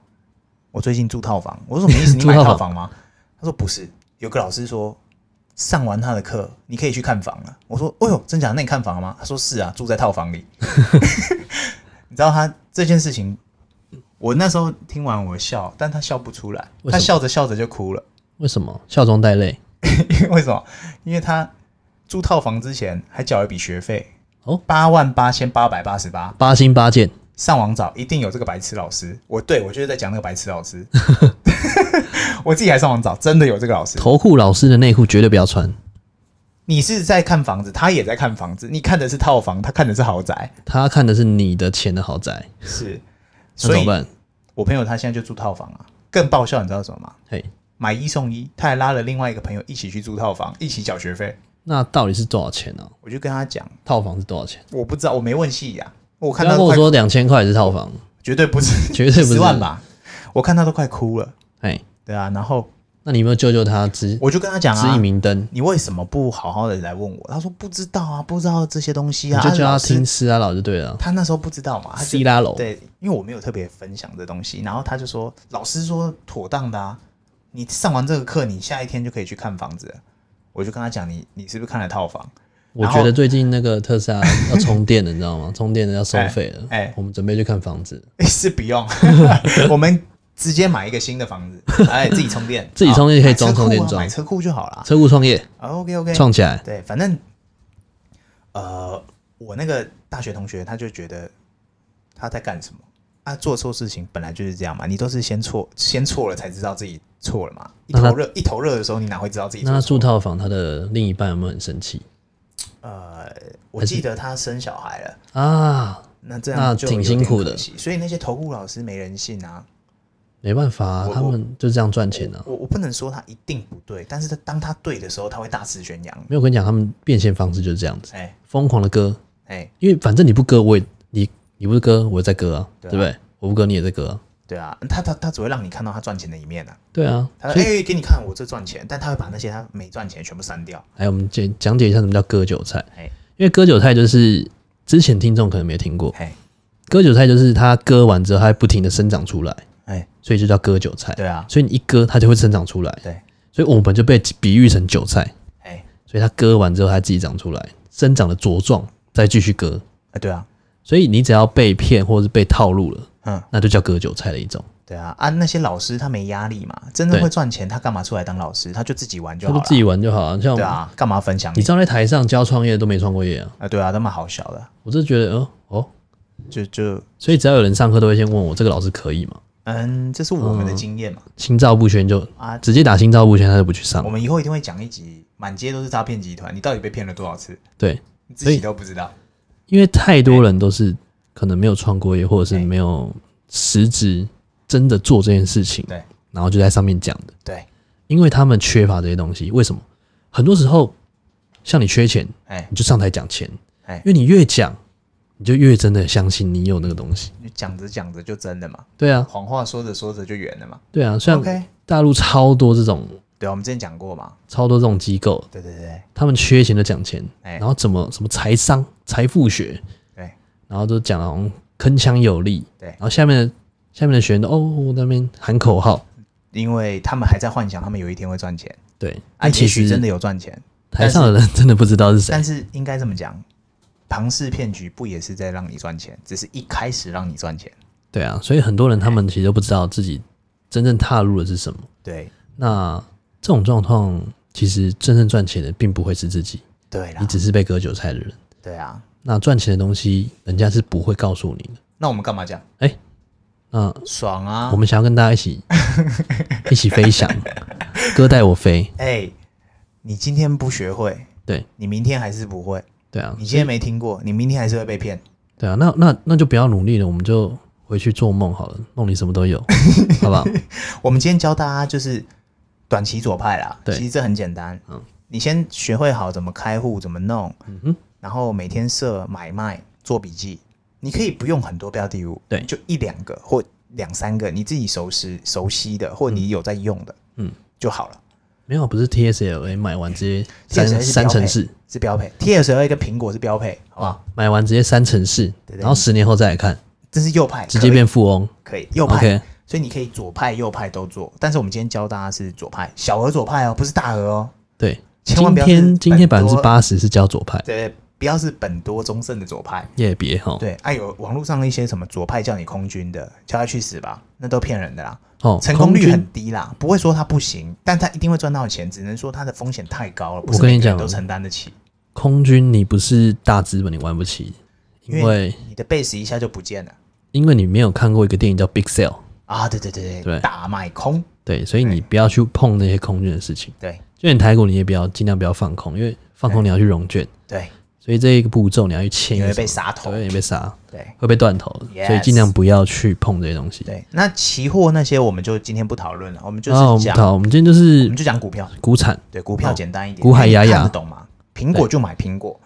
Speaker 2: 我最近住套房。”我说：“什么
Speaker 1: (laughs)
Speaker 2: 意思？你
Speaker 1: 住
Speaker 2: 买
Speaker 1: 套
Speaker 2: 套房吗？”他说：“不是，有个老师说上完他的课，你可以去看房了。”我说：“哎呦，真假的？那你看房了吗？”他说：“是啊，住在套房
Speaker 1: (laughs)
Speaker 2: 里。” (laughs) 你知道他这件事情，我那时候听完我笑，但他笑不出来，
Speaker 1: 为什么
Speaker 2: 他笑着笑着就哭了。 (laughs)
Speaker 1: 为什么笑中带泪？
Speaker 2: 因为为什么？因为他住套房之前还缴了一笔学费，
Speaker 1: 哦
Speaker 2: 八万八千八百八十八。
Speaker 1: 八星八箭，
Speaker 2: 上网找，一定有这个白痴老师。我对我就是在讲那个白痴老师， (laughs) 我自己还上网找，真的有这个老师。
Speaker 1: 头裤老师的内裤绝对不要穿，
Speaker 2: 你是在看房子，他也在看房子，你看的是套房，他看的是豪宅，
Speaker 1: 他看的是你的钱的豪宅，
Speaker 2: 是。
Speaker 1: 那怎
Speaker 2: 所
Speaker 1: 么
Speaker 2: 以，
Speaker 1: 办？
Speaker 2: 我朋友他现在就住套房啊，更爆笑，你知道什么吗？
Speaker 1: 嘿，
Speaker 2: 买一送一，他还拉了另外一个朋友一起去住套房，一起缴学费。
Speaker 1: 那到底是多少钱呢、啊？
Speaker 2: 我就跟他讲，
Speaker 1: 套房是多少钱？
Speaker 2: 我不知道，我没问细呀、我
Speaker 1: 不
Speaker 2: 看
Speaker 1: 要跟
Speaker 2: 他都
Speaker 1: 我
Speaker 2: 快，
Speaker 1: 说两千块也是套房，
Speaker 2: 绝对不是，
Speaker 1: 绝对不是
Speaker 2: 十万吧？我看他都快哭了，
Speaker 1: 哎，
Speaker 2: 对啊。然后
Speaker 1: 那你有没有救救他？指
Speaker 2: 我就跟他讲啊，
Speaker 1: 指引明灯，
Speaker 2: 你为什么不好好的来问我？他说不知道啊，不知道这些东西
Speaker 1: 你
Speaker 2: 啊。
Speaker 1: 就
Speaker 2: 啊
Speaker 1: 叫他
Speaker 2: 老师
Speaker 1: 听斯拉佬就对了。
Speaker 2: 他那时候不知道嘛，他就
Speaker 1: 希拉楼，
Speaker 2: 对，因为我没有特别分享这东西，然后他就说老师说妥当的啊，你上完这个课，你下一天就可以去看房子了。我就跟他讲，你你是不是看了
Speaker 1: (laughs)
Speaker 2: 套房？
Speaker 1: 我觉得最近那个特
Speaker 2: (laughs)
Speaker 1: 斯拉要充电了，你知道吗？充电的要收费了。
Speaker 2: 哎哎
Speaker 1: 我们准备去看房子，
Speaker 2: 诶是不用， (laughs) 我们直接买一个新的房子，哎，自己充电，
Speaker 1: (laughs) 自己充电
Speaker 2: 啊
Speaker 1: 可以装充电
Speaker 2: 买车库啊
Speaker 1: 桩
Speaker 2: 买车库就好了。啊
Speaker 1: 车库创业
Speaker 2: OK OK，
Speaker 1: 创起来，
Speaker 2: 对，反正呃，我那个大学同学他就觉得他在干什么啊？做错事情本来就是这样嘛，你都是先错先错了才知道自己错了嘛。一
Speaker 1: 那他
Speaker 2: 头热一头热的时候，你哪会知道自己
Speaker 1: 那他
Speaker 2: 做
Speaker 1: 住
Speaker 2: 错？
Speaker 1: 套房，他的另一半有没有很生气
Speaker 2: 呃，我
Speaker 1: 还是
Speaker 2: 记得他生小孩了，
Speaker 1: 啊？
Speaker 2: 那这
Speaker 1: 那
Speaker 2: 样就
Speaker 1: 挺
Speaker 2: 有
Speaker 1: 辛
Speaker 2: 点
Speaker 1: 苦
Speaker 2: 可
Speaker 1: 的
Speaker 2: 惜。所以那些投顾老师没人性啊。
Speaker 1: 没办法、啊，
Speaker 2: 我
Speaker 1: 他们就这样赚钱啊。
Speaker 2: 我我不能说他一定不对，但是他当他对的时候，他会大肆宣扬。
Speaker 1: 没有我跟你讲，他们变现方式就是这样子，
Speaker 2: 哎
Speaker 1: 疯狂的割，
Speaker 2: 哎，
Speaker 1: 因为反正你不割，我也你你不是割，我也在割啊，对
Speaker 2: 对啊
Speaker 1: 不对？我不割，你也在割啊，
Speaker 2: 对啊，他他他只会让你看到他赚钱的一面啊。
Speaker 1: 对啊。
Speaker 2: 他
Speaker 1: 所
Speaker 2: 说：“
Speaker 1: 以，
Speaker 2: 哎、给你看，我这赚钱。”但他会把那些他没赚钱全部删掉。
Speaker 1: 哎来我们解讲解一下什么叫割韭菜
Speaker 2: 哎，
Speaker 1: 因为割韭菜就是之前听众可能没听过，
Speaker 2: 哎
Speaker 1: 割韭菜就是它割完之后，它会不停的生长出来，
Speaker 2: 哎，
Speaker 1: 所以就叫割韭菜。
Speaker 2: 对啊，
Speaker 1: 所以你一割，它就会生长出来。
Speaker 2: 对，
Speaker 1: 所以我们就被比喻成韭菜，
Speaker 2: 哎、
Speaker 1: 所以它割完之后，它自己长出来，生长的茁壮，再继续割。
Speaker 2: 啊，对啊，
Speaker 1: 所以你只要被骗或者是被套路了，
Speaker 2: 嗯，
Speaker 1: 那就叫割韭菜的一种，
Speaker 2: 对啊，啊，那些老师他没压力嘛，真的
Speaker 1: 对
Speaker 2: 会赚钱，他干嘛出来当老师？他就自己玩就
Speaker 1: 他
Speaker 2: 好
Speaker 1: 就
Speaker 2: 了。
Speaker 1: 自己玩就好了、像
Speaker 2: 对啊，干嘛分享
Speaker 1: 你
Speaker 2: 你？
Speaker 1: 知道在台上教创业都没创过业啊，
Speaker 2: 啊，对啊，那么好笑的，
Speaker 1: 我就觉得，哦哦，
Speaker 2: 就就
Speaker 1: 所以只要有人上课都会先问我这个老师可以吗？
Speaker 2: 嗯，这是我们的经验嘛。
Speaker 1: 心照不宣就
Speaker 2: 啊
Speaker 1: 直接打心照不宣，他就不去上
Speaker 2: 我。们以后一定会讲一集，满街都是诈骗集团，你到底被骗了多少次，
Speaker 1: 对，
Speaker 2: 你自己都不知道。
Speaker 1: 因为太多人都是可能没有创过业，或者是没有实质真的做这件事情，
Speaker 2: 对
Speaker 1: 然后就在上面讲的，
Speaker 2: 对，
Speaker 1: 因为他们缺乏这些东西。为什么？很多时候，像你缺钱，
Speaker 2: 哎，
Speaker 1: 你就上台讲钱，
Speaker 2: 哎
Speaker 1: 因为你越讲，你就越真的相信你有那个东西。
Speaker 2: 你讲着讲着就真的嘛，
Speaker 1: 对啊，
Speaker 2: 谎话说着说着就圆了嘛。
Speaker 1: 对啊，像
Speaker 2: OK，
Speaker 1: 大陆超多这种
Speaker 2: 对啊，我们之前讲过嘛。
Speaker 1: 超多这种机构，
Speaker 2: 对对对，
Speaker 1: 他们缺钱就讲钱，
Speaker 2: 哎
Speaker 1: 然后怎么什么财商、财富学，
Speaker 2: 对，
Speaker 1: 然后都讲的好像铿锵有力，
Speaker 2: 对
Speaker 1: 然后下面的下面的学员都哦我在那边喊口号，
Speaker 2: 因为他们还在幻想他们有一天会赚钱。
Speaker 1: 对，
Speaker 2: 啊，
Speaker 1: 但
Speaker 2: 也
Speaker 1: 其
Speaker 2: 许
Speaker 1: 实
Speaker 2: 真的有赚钱，
Speaker 1: 台上的人真的不知道是谁，
Speaker 2: 但是应该这么讲，庞氏骗局不也是在让你赚钱，只是一开始让你赚钱。
Speaker 1: 对啊，所以很多人他们其实都不知道自己真正踏入的是什么。
Speaker 2: 对，
Speaker 1: 那这种状况，其实真正赚钱的并不会是自己，
Speaker 2: 对
Speaker 1: 你
Speaker 2: 啦，
Speaker 1: 只是被割韭菜的人。
Speaker 2: 对啊，
Speaker 1: 那赚钱的东西，人家是不会告诉你的。
Speaker 2: 那我们干嘛讲？
Speaker 1: 那
Speaker 2: 爽啊！
Speaker 1: 我们想要跟大家一
Speaker 2: (laughs)
Speaker 1: 起一起飞翔，哥带我飞，
Speaker 2: 哎、你今天不学会，
Speaker 1: 对
Speaker 2: 你明天还是不会；
Speaker 1: 对啊
Speaker 2: 你，今天没听过，你明天还是会被骗。
Speaker 1: 对啊，那那那就不要努力了，我们就回去做梦好了，梦里什么都有，好不好？
Speaker 2: 我们今天教大家就是短期左派啦，
Speaker 1: 对
Speaker 2: 其实这很简单。
Speaker 1: 嗯
Speaker 2: 你先学会好怎么开户，怎么弄，
Speaker 1: 嗯哼，
Speaker 2: 然后每天设买卖，做笔记。你可以不用很多标的物，
Speaker 1: 对
Speaker 2: 就一两个或两三个你自己熟识、熟悉的，或你有在用的，
Speaker 1: 嗯，
Speaker 2: 就好了。
Speaker 1: 没有，不是 TSLA 买完直接三
Speaker 2: TSLA 是标
Speaker 1: 三
Speaker 2: 配
Speaker 1: 城市，
Speaker 2: 是标配，TSL 跟苹果是标配，好不好？
Speaker 1: 买完直接三城市，
Speaker 2: 对对
Speaker 1: 然后十年后再来看，
Speaker 2: 这是右派，
Speaker 1: 直接变富翁。
Speaker 2: 可以可以右派
Speaker 1: OK，
Speaker 2: 所以你可以左派、右派都做。但是我们今天教大家是左派，小额左派哦，不是大额哦，
Speaker 1: 对，
Speaker 2: 千
Speaker 1: 今
Speaker 2: 万不要是
Speaker 1: 天今天百
Speaker 2: 本
Speaker 1: 分
Speaker 2: 多
Speaker 1: 之八十是交左派，
Speaker 2: 对，不要是本多忠胜的左派。
Speaker 1: 也别哈，
Speaker 2: 对，哎、有网络上的一些什么左派叫你空军的，叫他去死吧，那都骗人的啦，
Speaker 1: 哦，
Speaker 2: 成功
Speaker 1: 空
Speaker 2: 率
Speaker 1: 军
Speaker 2: 很低啦，不会说他不行，但他一定会赚到钱，只能说他的风险太高了，不是
Speaker 1: 我跟你
Speaker 2: 每个
Speaker 1: 讲
Speaker 2: 人都承担得起，
Speaker 1: 空军你不是大资本，你玩不起，因
Speaker 2: 因
Speaker 1: 为
Speaker 2: 你的 base 一下就不见了
Speaker 1: 因为你没有看过一个电影叫《Big Sale》，
Speaker 2: 啊！对对对
Speaker 1: 对
Speaker 2: 大卖空，
Speaker 1: 对，所以你不要去碰那些空军的事情。
Speaker 2: 对
Speaker 1: 就你台股，你也不要尽量不要放空，因为放空你要去融券，
Speaker 2: 对，
Speaker 1: 所以这一个步骤你要去签
Speaker 2: 你
Speaker 1: 一
Speaker 2: 会
Speaker 1: 个
Speaker 2: 被
Speaker 1: 什
Speaker 2: 杀
Speaker 1: 么，
Speaker 2: 头，
Speaker 1: 对，
Speaker 2: 对
Speaker 1: 你被杀
Speaker 2: 对
Speaker 1: 会被断头
Speaker 2: Yes
Speaker 1: 所以尽量不要去碰这些东西。
Speaker 2: 那期货那些我们就今天不讨论了，我们就
Speaker 1: 啊，我
Speaker 2: 是
Speaker 1: 们
Speaker 2: 讲，
Speaker 1: 好，我们今天就
Speaker 2: 我
Speaker 1: 是
Speaker 2: 们就讲股票，
Speaker 1: 股产，
Speaker 2: 对，股票
Speaker 1: 哦
Speaker 2: 简单一点，
Speaker 1: 股海
Speaker 2: 因为你
Speaker 1: 牙牙
Speaker 2: 看得懂吗？苹果就买苹果，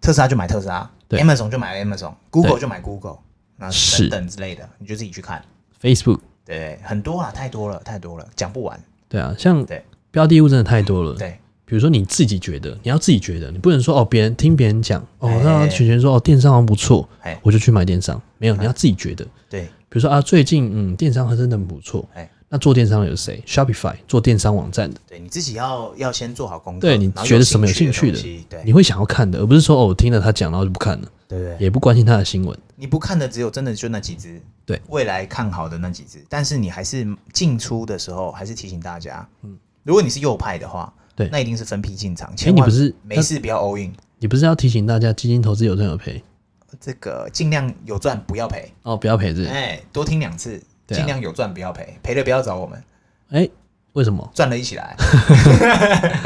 Speaker 2: 特斯拉就买特斯拉
Speaker 1: 对
Speaker 2: ，Amazon 就买 Amazon，Google 就买 Google，那
Speaker 1: 是
Speaker 2: 等等之类的，你就自己去看。
Speaker 1: Facebook，
Speaker 2: 对，很多啊啦，太多了，太多了，讲不完。
Speaker 1: 对啊，像
Speaker 2: 对
Speaker 1: 标的物真的太多了。
Speaker 2: 对，
Speaker 1: 比如说你自己觉得，你要自己觉得，你不能说哦，别人听别人讲哦
Speaker 2: 哎，
Speaker 1: 那群群说哦，电商好像不错
Speaker 2: 哎，
Speaker 1: 我就去买电商。没有，
Speaker 2: 嗯
Speaker 1: 你要自己觉得。
Speaker 2: 对，
Speaker 1: 比如说啊，最近嗯，电商还真的很不错
Speaker 2: 哎。
Speaker 1: 那做电商有谁？Shopify 做电商网站的，
Speaker 2: 对，你自己要要先做好功课。
Speaker 1: 对你
Speaker 2: 嗯然后
Speaker 1: 觉得什么有兴
Speaker 2: 趣
Speaker 1: 趣
Speaker 2: 的
Speaker 1: 的
Speaker 2: 东西？对，
Speaker 1: 你会想要看的，而不是说哦，我听了他讲，然后就不看了，
Speaker 2: 对对对，
Speaker 1: 也不关心他的新闻。
Speaker 2: 你不看的只有真的就那几只，
Speaker 1: 对，
Speaker 2: 未来看好的那几只。但是你还是进出的时候，还是提醒大家，嗯，如果你是右派的话，
Speaker 1: 对
Speaker 2: 那一定是分批进场，千万
Speaker 1: 你不是
Speaker 2: 没事不要 all in，
Speaker 1: 你不是要提醒大家，基金投资有赚有赔
Speaker 2: 这个尽量有赚不要赔，
Speaker 1: 哦，不要赔这。
Speaker 2: 哎，多听两次，
Speaker 1: 对啊
Speaker 2: 尽量有赚不要赔，赔了不要找我们，
Speaker 1: 哎，为什么
Speaker 2: 赚了一起来。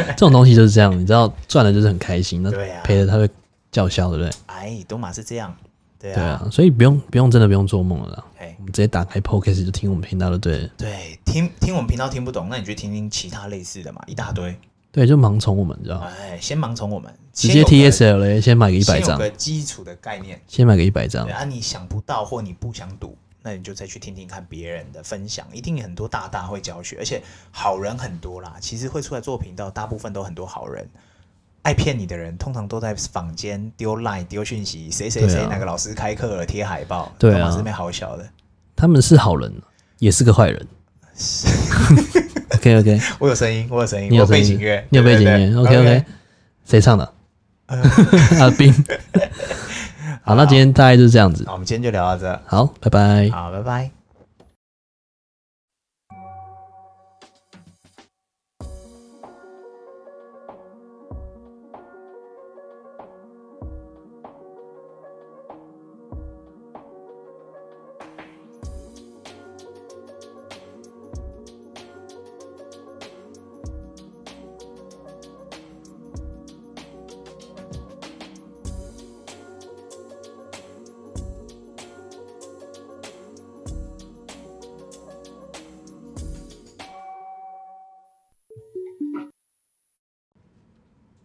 Speaker 1: 这种东西就是这样？你知道赚了就是很开心，那
Speaker 2: 对啊
Speaker 1: 赔了他会叫嚣，对不对？
Speaker 2: 哎，东马是这样，对
Speaker 1: 对啊，
Speaker 2: 啊，
Speaker 1: 所以不用不用真的不用做梦了啦。
Speaker 2: 哎
Speaker 1: 我。们直接打开 Podcast 就听我们频道就对了。
Speaker 2: 对，听听我们频道听不懂，那你去听听其他类似的嘛，一大堆。
Speaker 1: 对，就盲从我们，你知道吗？
Speaker 2: 哎，先盲从我们，
Speaker 1: 哦直
Speaker 2: 先
Speaker 1: 接
Speaker 2: 有个
Speaker 1: TSL 先买个一百
Speaker 2: 先有
Speaker 1: 张，
Speaker 2: 个基础的概念。
Speaker 1: 先买个一百张
Speaker 2: 对。啊，你想不到或你不想赌，那你就再去听听看别人的分享，一定很多大大会教学，而且好人很多啦。其实会出来做频道，大部分都很多好人。爱骗你的人，通常都在坊间丢 line 丢讯息，谁谁
Speaker 1: 对
Speaker 2: 谁
Speaker 1: 啊
Speaker 2: 哪个老师开课了，贴海报，
Speaker 1: 对啊
Speaker 2: 干嘛是没好小的。
Speaker 1: 他们是好人，也是个坏
Speaker 2: (laughs)
Speaker 1: 人。OK OK，
Speaker 2: 我有声音，我有声音，
Speaker 1: 你
Speaker 2: 我
Speaker 1: 有
Speaker 2: 背
Speaker 1: 背
Speaker 2: 景
Speaker 1: 景
Speaker 2: 乐
Speaker 1: 乐，，你有背景
Speaker 2: 对呃
Speaker 1: 乐。
Speaker 2: 对
Speaker 1: OK OK，谁唱的？ (laughs) 阿
Speaker 2: (laughs)
Speaker 1: 斌。好，那今天大概就是这样子
Speaker 2: 那。我们今天就聊到这，
Speaker 1: 好，拜拜。
Speaker 2: 好，拜拜。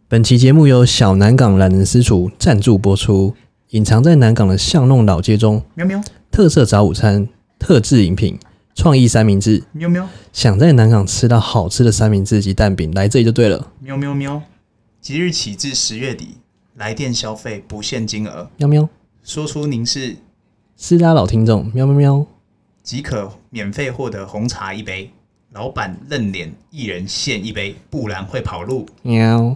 Speaker 1: 本期节目由小南港懒人私厨赞助播出。隐藏在南港的巷弄老街中，
Speaker 2: 喵喵
Speaker 1: 特色早午餐、特制饮品、创意三明治，
Speaker 2: 喵喵
Speaker 1: 想在南港吃到好吃的三明治及蛋饼，来这里就对了。
Speaker 2: 喵喵喵，即日起至十月底，来电消费不限金额，
Speaker 1: 喵喵，
Speaker 2: 说出您是
Speaker 1: 私拉老听众，喵喵喵。
Speaker 2: 即可免费获得红茶一杯，老板认脸，一人限一杯，不然会跑路。
Speaker 1: 喵。